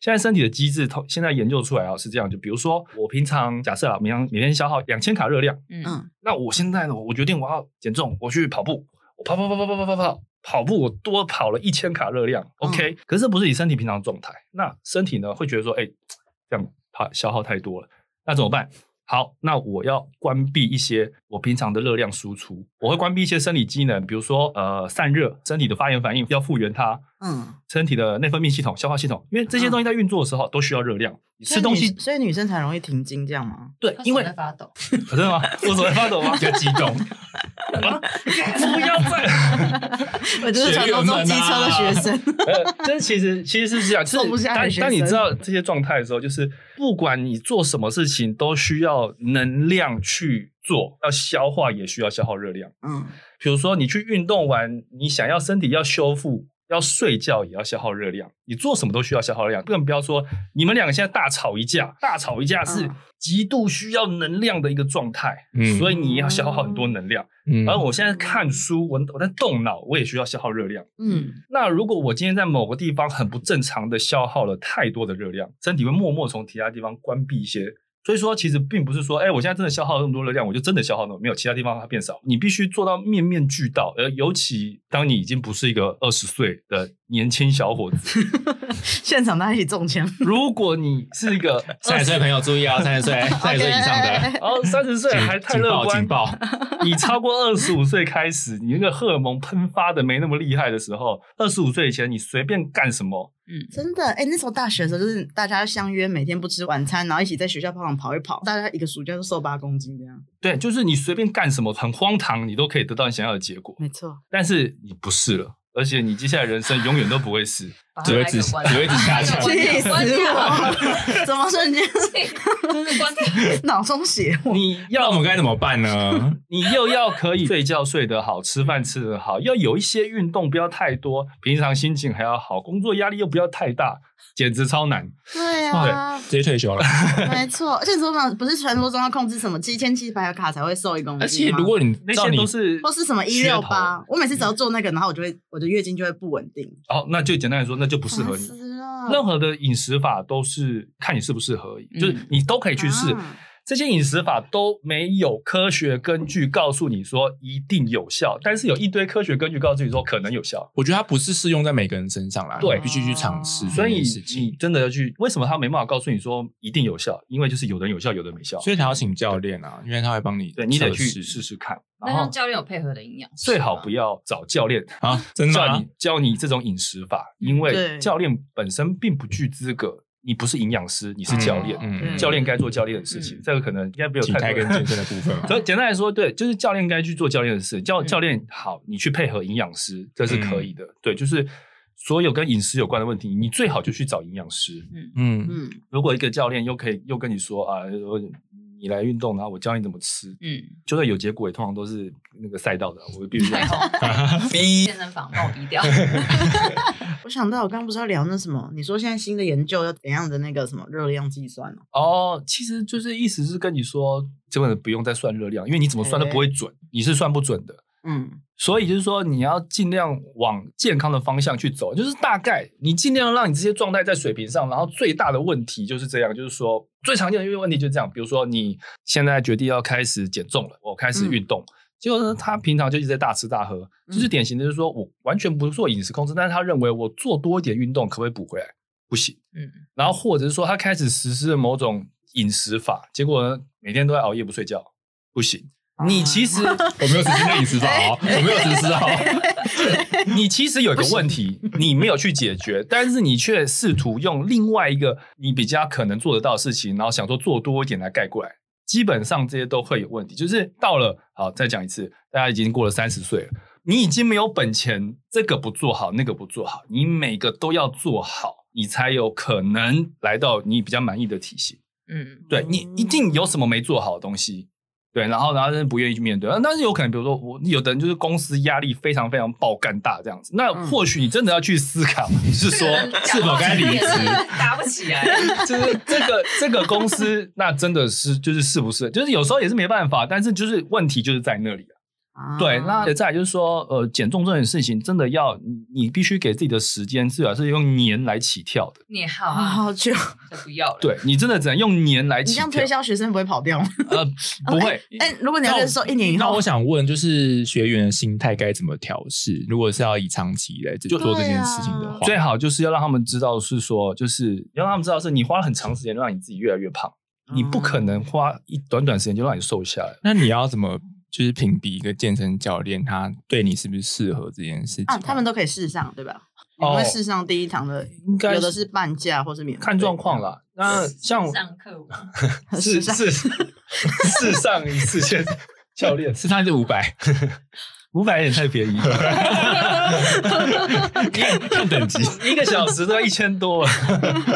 现在身体的机制，通现在研究出来啊是这样，就比如说我平常假设啊，每天每天消耗两千卡热量，
嗯
嗯
那我现在呢，我决定我要减重，我去跑步，我跑跑跑跑跑跑跑跑。跑步我多跑了一千卡热量，OK，、可是这不是你身体平常的状态，那身体呢会觉得说，哎、这样它消耗太多了，那怎么办？好，那我要关闭一些我平常的热量输出，我会关闭一些生理机能，比如说呃散热，身体的发炎反应要复原它，
嗯，
身体的内分泌系统、消化系统，因为这些东西在运作的时候都需要热量。你吃东西
所以女，所以女生才容易停经这样吗？
对
他，
因为啊
手在发抖，
真的吗？我手在发抖吗？啊
比较激动，
不要再，
我就是传说中机车
啊
的学生，
[laughs] 呃，这其实其实是这样，就
瘦不
是
下来
当
学
当你
生
知道这些状态的时候，就是不管你做什么事情，都需要能量去做，要消化也需要消耗热量。
[laughs] 嗯
比如说你去运动完，你想要身体要修复，要睡觉也要消耗热量，你做什么都需要消耗热量，更不要说你们两个现在大吵一架，大吵一架是
嗯
极度需要能量的一个状态，
嗯
所以你要消耗很多能量。
嗯
而哦我现在看书，我我在动脑，我也需要消耗热量。
嗯
那如果我今天在某个地方很不正常的消耗了太多的热量，身体会默默从其他地方关闭一些。所以说，其实并不是说，哎、我现在真的消耗了那么多热量，我就真的消耗那么没有其他地方它变少。你必须做到面面俱到，呃，尤其当你已经不是一个二十岁的年轻小伙
[laughs]
子，
现场大家一起中枪，
如果你是一个
[laughs] 三十岁朋友注意啊，三
[laughs]
十岁三十岁以上的。
然后三十岁还太
警
乐
报
观
警，报，
你超过二十五岁开始，你那个荷尔蒙喷发的没那么厉害的时候，二十五岁以前你随便干什么，
嗯，
[laughs] 真的，哎、那时候大学的时候，就是大家相约每天不吃晚餐，然后一起在学校操场跑一跑，大家一个暑假就瘦八公斤这样。
对，就是你随便干什么很荒唐，你都可以得到你想要的结果。
没错，
但是你不是了，而且你接下来人生永远都不会是。
把
只会
麦克
只
关
只会只
[laughs]
下
掉
降
关
[laughs] 气
掉
死
关掉
[laughs] 我！怎么瞬间
[laughs] 真的
[laughs]
关掉，
脑中 [laughs] 血火？
你
那我
要
们该怎么
[laughs]
办呢？
你又要可以睡觉睡得好，吃饭吃得好，要有一些运动，不要太多，平常心情还要好，工作压力又不要太大，简直超难。
对啊，
直接退休了。
没错。而且说嘛，不是传说中要控制什么七千七百卡才会瘦一公斤吗
而且如果你
那
照
些
你
都是
或是什么一六八，我每次只要做那个，然后我就会我的月经就会不稳定，
哦，那就简单来说，那就不适合
烦
你。
死了
任何的饮食法都是看你适不适合而已，
嗯
就是你都可以去试。
啊
这些饮食法都没有科学根据告诉你说一定有效，但是有一堆科学根据告诉你说可能有效。
我觉得它不是适用在每个人身上啦，
对
你必须去尝试
所
这
以
件事情
你，真的要去，为什么他没办法告诉你说一定有效？因为就是有的人有效，有的人没效。
所以才要请教练啊，因为他会帮你，
对你得去试。试看，
哦
那
然后
让教练有配合的营养师吗，
最好不要找教练
啊， [laughs] 真的
教
吗
你？教你这种饮食法，
嗯
因
对
为教练本身并不具资格，你不是营养师，你是教练，
嗯
教练该做教练的事情，
嗯
这个可能应该没有
体
太
态
多
跟健身的部分嘛，
[laughs] 所以简单来说，对，就是教练该去做教练的事。教
嗯
教练好，你去配合营养师，这是可以的。对，就是所有跟饮食有关的问题，你最好就去找营养师。
嗯，
嗯，
如果一个教练又可以又跟你说啊，我你来运动，然后我教你怎么吃，
嗯，
就算有结果，也通常都是那个赛道的。啊我必须
还好，健身房帮我逼
[laughs]
掉，
我想到我刚刚不是要聊那什么？你说现在新的研究要怎样的那个什么热量计算哦？
哦，其实就是意思是跟你说，根本不用再算热量，因为你怎么算都不会准，你是算不准的。
嗯，
所以就是说，你要尽量往健康的方向去走，就是大概你尽量让你这些状态在水平上。然后最大的问题就是这样，就是说最常见的问题就是这样，比如说你现在决定要开始减重了，我开始运动。结果呢，他平常就一直在大吃大喝，就是典型的，就是说我完全不做饮食控制，但是他认为我做多一点运动可不可以补回来？不行。
嗯，
然后或者是说他开始实施了某种饮食法，结果呢每天都在熬夜不睡觉，不行。你其实
我没有实施那饮食法哦，我没有实施哦，
你其实有一个问题，你没有去解决，但是你却试图用另外一个你比较可能做得到的事情，然后想说做多一点来盖过来。基本上这些都会有问题，就是到了好再讲一次，大家已经过了三十岁了，你已经没有本钱，这个不做好，那个不做好，你每个都要做好，你才有可能来到你比较满意的体型。
嗯
对你一定有什么没做好的东西，对，然后然后真的不愿意去面对，啊但是有可能，比如说我有的人就是公司压力非常非常爆干大这样子，那
嗯
或许你真的要去思考，是 [laughs] 说是否该离职，
[laughs] 打不起来。
[laughs] 就是这个这个公司，那真的是就是是不是，就是有时候也是没办法，但是就是问题就是在那里啊
啊
对，那再来就是说，呃，减重这件事情真的要你你必须给自己的时间，至少是用年来起跳的。
你好
啊
啊，
[laughs] 好久，
就不要了。，
对你真的只能用年来
你
起
这
跳
样，推销学生不会跑掉吗？ [laughs]
呃，不会，
哎，如果你要认识说一年以
那
后
我，想问，就是学员的心态该怎么调试？如果是要以长期来就做这
啊
件事情的话，
最好就是要让他们知道是说，就是要让他们知道是你花了很长时间让你自己越来越胖，你不
嗯
可能花一短短时间就让你瘦下来。
那你要怎么就是评比一个健身教练他对你是不是适合这件事情？
啊，他们都可以试上，对吧？你
哦
们会试上第一堂的，
应该
有的是半价或是免费，
看状况啦。那像
上课嘛，
[laughs]
是是是上一次先教练
是他就五百，
五百也太便 [laughs] 宜了，
看看等级，
一个小时都要一千多了。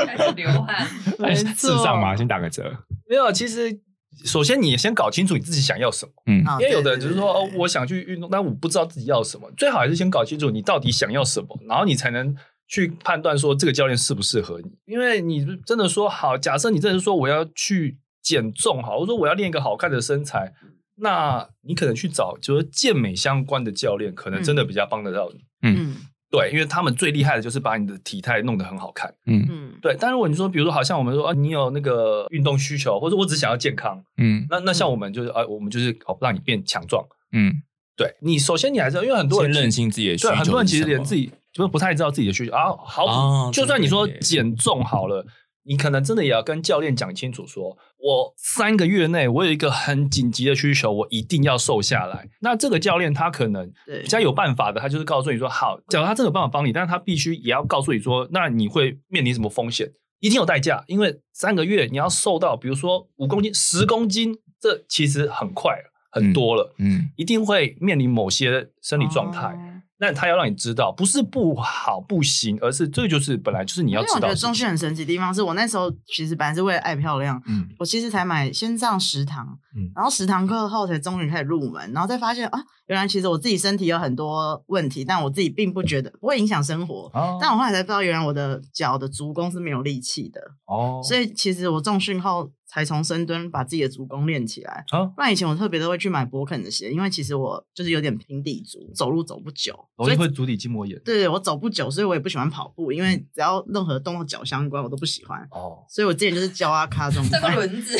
开始流汗。
没错
至上哎嘛，先打个折。
没有，其实首先你先搞清楚你自己想要什么，
嗯，
啊。
因为有的
对
人只是说哦，，
对对
我想去运动，但我不知道自己要什么，最好还是先搞清楚你到底想要什么，然后你才能。去判断说这个教练适不适合你，因为你真的说好，假设你真的说我要去减重，好，我说我要练一个好看的身材，
嗯
那你可能去找就是健美相关的教练，可能真的比较帮得到你。
对嗯
对，因为他们最厉害的就是把你的体态弄得很好看。
嗯
嗯，
对，但如果你说，比如说，好像我们说啊，你有那个运动需求，或者我只想要健康，
嗯
那那像我们就是啊，我们就是哦，让你变强壮。
嗯，
对你，首先你还是要因为很多
先
人
认清自己的需求
对
是什么，
很多人其实连自己就是不太知道自己的需求啊。好，
哦
就算你说
对对对
减重好了，你可能真的也要跟教练讲清楚说，我三个月内我有一个很紧急的需求，我一定要瘦下来。那这个教练他可能
对
比较有办法的，他就是告诉你说，好，假如他真的有办法帮你，但是他必须也要告诉你说，那你会面临什么风险。一定有代价，因为三个月你要瘦到，比如说五公斤、十公斤，这其实很快了很多了。
嗯
一定会面临某些生理状态。
哦
那他要让你知道，不是不好不行，而是这个就是本来就是你
因
要
为
知
我觉
道
得
的事情。
中训很神奇的地方是我那时候其实本来是为了爱漂亮，
嗯
我其实才买先上十堂，
嗯
然后十堂课后才终于开始入门，然后再发现啊，原来其实我自己身体有很多问题，但我自己并不觉得不会影响生活。
哦
但我后来才知道，原来我的脚的足弓是没有力气的，
哦，
所以其实我重训后才从深蹲把自己的足弓练起来。
啊，
不然以前我特别都会去买勃肯的鞋，因为其实我就是有点平底足，走路走不久，
容
所
哦
以
易会嗯足底筋膜炎。
对我走不久，所以我也不喜欢跑步，因为只要任何动到脚相关我都不喜欢。 [laughs]
哦，
所以我之前就是教阿卡这种，
[laughs] 这个轮子，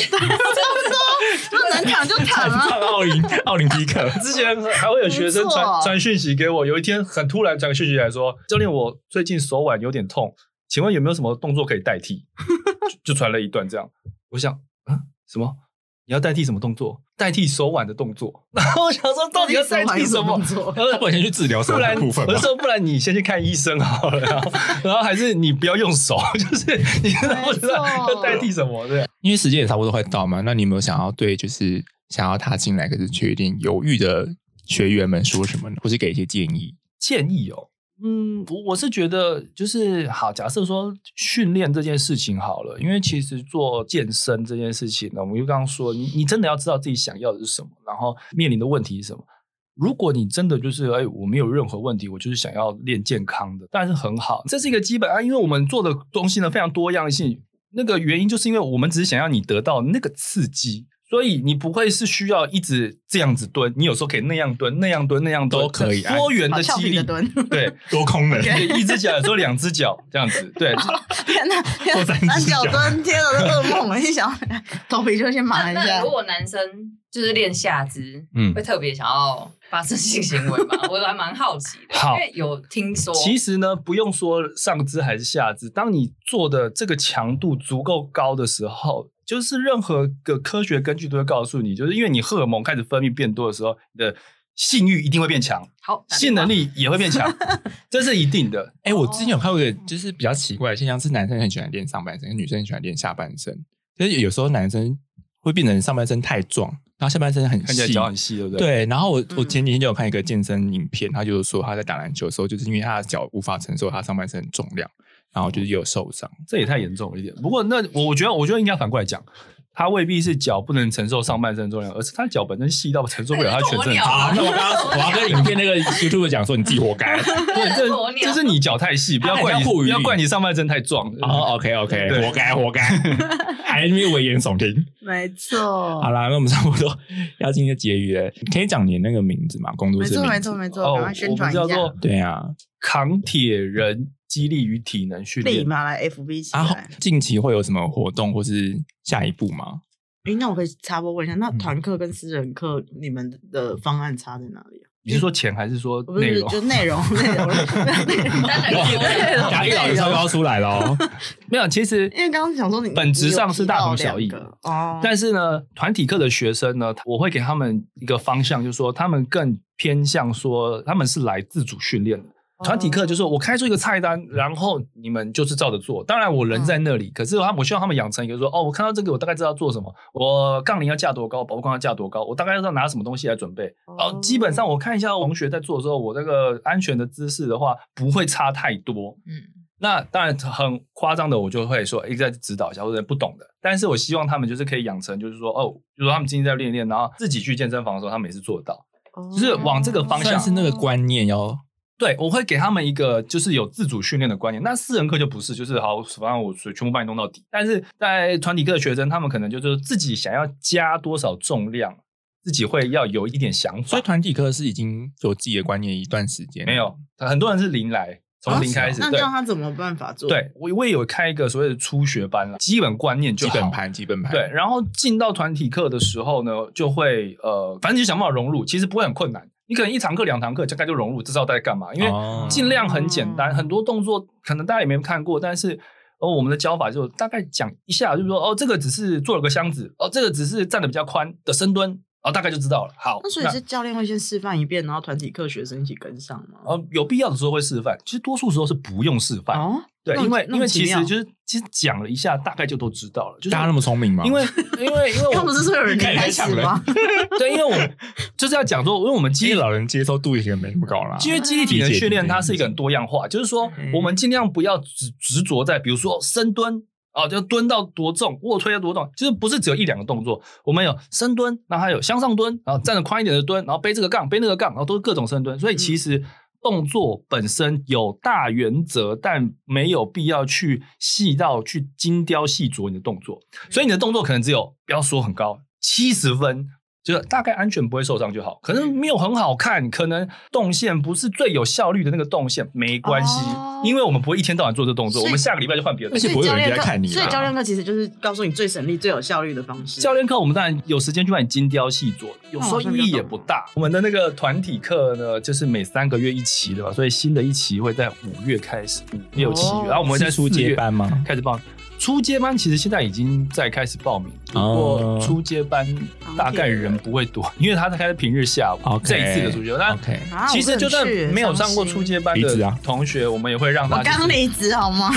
就能躺就
[laughs]
躺啊，
上奥林奥林匹克，
之前还会有学生
没
传
错
传讯息给我，有一天很突然传个讯息来说，教练，我最近手腕有点痛，请问有没有什么动作可以代
[laughs]
替？就就传了一段这样，我想啊，什么？你要代替什么动作？代替手腕的动作。 [laughs] 然后我想说，到底要代替什么？
做？
他
[laughs] 他不然先去治疗
[laughs]
什
不然
么部分
我
吗
就？说不然你先去看医生好了，然后然后还是你不要用手， [laughs] 就是你真的不知道
没错
要代替什么，对。
因为时间也差不多快到嘛，那你有没有想要对就是想要他进来可是却有点犹豫的学员们说什么呢？或是给一些建议？
建议哦，嗯，我我是觉得就是好，假设说训练这件事情好了，因为其实做健身这件事情呢，我们就刚刚说，你你真的要知道自己想要的是什么，然后面临的问题是什么。如果你真的就是哎，我没有任何问题，我就是想要练健康的，但是很好，这是一个基本啊，因为我们做的东西呢非常多样性，那个原因就是因为我们只是想要你得到那个刺激。所以你不会是需要一直这样子蹲，你有时候可以那样蹲、那样蹲、那样蹲，
都可以啊
多元
好
的
俏
激
皮
励
的，蹲， [laughs]
对，
多空人
对 [laughs] 一只脚有时候两只脚这样子，对，
天哪，天
做三
哪，
只
三角
脚
蹲，天哪，这噩梦！我一想，头皮就先
[laughs] 那
麻一
那
下
如。果男生就是练下肢，
嗯
会特别想要发生性行为
[laughs]
吗？我还蛮好奇的，
好
因为有听说，
其实呢，不用说上肢还是下肢，当你做的这个强度足够高的时候，就是任何个科学根据都会告诉你，就是因为你荷尔蒙开始分泌变多的时候，你的性欲一定会变强，
好打电话
性能力也会变强，这是一定的。
哎、我之前有看过一个就是比较奇怪的现象，是男生很喜欢练上半身，女生很喜欢练下半身。就是有时候男生会变成上半身太壮，然后下半身很
看起来
细。
脚很细，对不对？
对，然后我我
嗯
前几天就有看一个健身影片，他就是说他在打篮球的时候，就是因为他的脚无法承受他上半身的重量，然后就是有受伤。
这也太严重了一点。不过那我我觉得，我觉得应该反过来讲，它未必是脚不能承受上半身重量，而是它脚本身细到承受不了它全身的重
啊
啊，
量。
那我刚刚我要跟影片那个 YouTube 讲说，你自己活该。
对，这
[laughs]
鸵鸟
就是你脚太细，不要怪
它很
你，
像护
不
鱼
要怪你上半身太壮。
[laughs] 哦，OK OK，
对
活该活该，还没有危言耸听。
没错
好，啦，那我们差不多要进入结语了，可以讲你的那个名字吗？工作
没
室
错
名
没
字
错没错，
哦，
赶
我
快宣
们
传
叫
一下。
做
对啊，
扛铁人激励与体能训
立
练。
马来 FB 起
啊
然后
来。
啊近期会有什么活动或是下一步吗？
诶，那我可以插播问一下，
嗯
那团课跟私人课你们的方案差在哪里啊？
你是说钱还是说
不
内
是，
容？
就内
[laughs]
容内容。内容
当然
[laughs]
有了
贾玉老师糟糕出来了 [laughs] 哦，
没有，其实
因为刚刚想说你
本质上是大同小
你
异
有提到两个哦，
但是呢，团体课的学生呢，我会给他们一个方向，就是说他们更偏向说他们是来自主训练的。团体课就是我开出一个菜单，然后你们就是照着做。当然我人在那里，可是他我希望他们养成一个说，哦，我看到这个，我大概知道做什么，我杠铃要架多高，保护杠要架多高，我大概知道拿什么东西来准备。哦，基本上我看一下同学在做的时候，我这个安全的姿势的话，不会差太多。
嗯，
那当然很夸张的，我就会说，哎，再指导一下或者不懂的。但是我希望他们就是可以养成，就是说，哦，就是说他们今天在练练，然后自己去健身房的时候，他们也是做得到。
哦
就是 [laughs] 往这个方向
算是那个观念要
对，我会给他们一个就是有自主训练的观念。那私人课就不是，就是好，反正我全部帮你弄到底。但是在团体课的学生，他们可能就是自己想要加多少重量，自己会要有一点想法。
所以团体课是已经有自己的观念一段时间，
没有，很多人是零来，从零开始。
哦那这
对
样他怎么办法做？
对，我我也有开一个所谓的初学班了，基本观念就
基
好
本盘，基本盘。
对，，然后进到团体课的时候呢，就会呃，反正就想办法融入，其实不会很困难。你可能一堂课、两堂课，大概就融入，知道在干嘛，因为
哦
尽量很简单，
哦
很多动作可能大家也没看过，但是。哦，我们的教法就大概讲一下，就是说，哦，这个只是做了个箱子，哦，这个只是站的比较宽的深蹲，哦，大概就知道了。好，
那所以是教练会先示范一遍，然后团体课学生一起跟上吗？
呃，有必要的时候会示范，其实多数时候是不用示范。
哦，
对，
那么
因为
那么
因为
奇
其实
妙
就是其实讲了一下，大概就都知道了。就是
大家那么聪明吗？
因为因为因为
[laughs] 他
我
不是说有人
太
开始
强
[laughs]
了
吗？
对，因为我就是要讲说，因为我们
其
肌
实
力，
老人接受度已经没那么高了。
因为肌力体能训练它是一个很多样化，就是说
嗯
我们尽量不要只执着在比如说深蹲。哦，就蹲到多重，卧推到多重，就是不是只有一两个动作，我们有深蹲，然后还有向上蹲，然后站得宽一点的蹲，然后背这个杠，背那个杠，然后都是各种深蹲。
嗯
所以其实动作本身有大原则，但没有必要去细到去精雕细琢你的动作。
嗯
所以你的动作可能只有不要说很高，七十分。就是大概安全不会受伤就好，可
嗯
能没有很好看，可能动线不是最有效率的那个动线，没关系，
哦
因为我们不会一天到晚做这动作，
所以
我们下个礼拜就换别的动
而
作。
且
所以
不会有
教
人
练
在
课
看你
所以
吧
教练课其实就是告诉你最省力、最有效率的方式。
教练课我们当然有时间去帮你精雕细琢，
哦
有时候意义也不大。我们的那个团体课呢，就是每三个月一期的嘛，所以新的一期会在五月开始，五六七
哦
月，然后我
我
们会在
出
四
接
月
班吗？
开始报名。初阶班其实现在已经在开始报名，不
哦
过初阶班大概人不会多，因为他在开始平日下午
OK
这一次的初阶班。那
OK，
啊
其实就算没有上过初，阶班
离职
的
啊
同学，我们也会让
我
他
很
就
伤心我刚
是
离职好吗？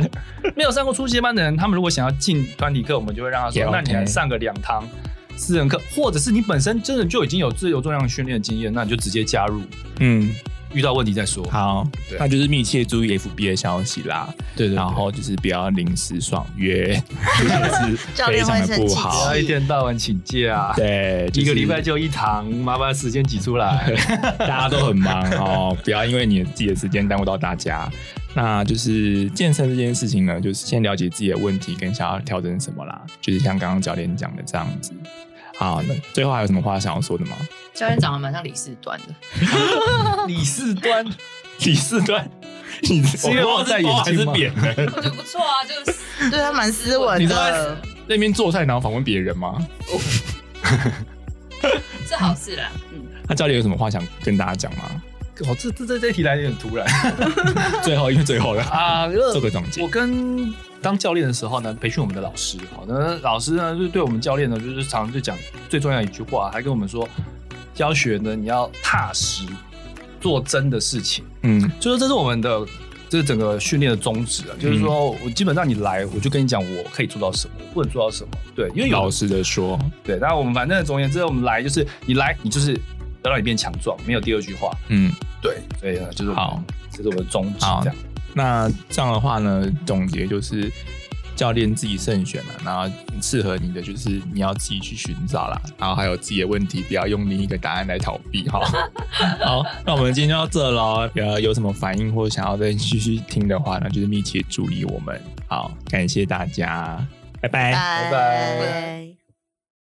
[laughs]
没有上过初阶班的人，他们如果想要进团体课，我们就会让他
也
说：“
OK
那你来上个两堂私人课，或者是你本身真的就已经有自由重量训练的经验，那你就直接加入，
嗯，
遇到问题再说。
好，
对
那就是密切注意 FB 的消息啦。”
对对，
然后就是不要临时爽约，这也是
教
非
练
常
会
的不
不
好
要。一天到晚请假，
对，
一个礼拜
就
就一堂，麻烦时间挤出
[laughs]
来。
是大家都很忙哦，不要因为你自己的时间耽误到大家。那就是健身这件事情呢，就是先了解自己的问题跟想要调整什么啦，就是像刚刚教练讲的这样子。好，那最后还有什么话想要说的吗？
教练长得蛮像李四端的，
李四端，
李四
[laughs]
端，你是
因为我戴眼
还是
镜吗
扁的？
我觉得不错啊，就是呃
对他蛮斯文
你知道
的，
那边做菜然后访问别人吗？
是好事啦。嗯，
那教练有什么话想跟大家讲吗？
哦，这这这这题来的有点突然
最后，因为最后了，
[laughs] 啊，
做个总结
我。跟当教练的时候呢，培训我们的老师，好，那老师呢，就是对我们教练呢，就是常常就讲最重要一句话，还跟我们说，教学呢，你要踏实，做真的事情，
嗯，
就是这是我们的。这是整个训练的宗旨啊，就是说我基本上你来，我就跟你讲我可以做到什么，我不能做到什么。对，因为有
老实的说，
对，那我们反正总而言之，我们来就是你来，你就是要让你变强壮，没有第二句话。
嗯，
对，所以呢，就是我们
好，
这是我们的宗旨。
好
这样，
那这样的话呢，总结就是教练自己慎选嘛，然后适合你的就是你要自己去寻找啦，然后还有自己的问题，不要用另一个答案来逃避哈。 [laughs] 好，那我们今天就到这喽。呃，有什么反应或想要再继续听的话呢，就是密切注意我们。好，感谢大家，拜拜
哎拜拜。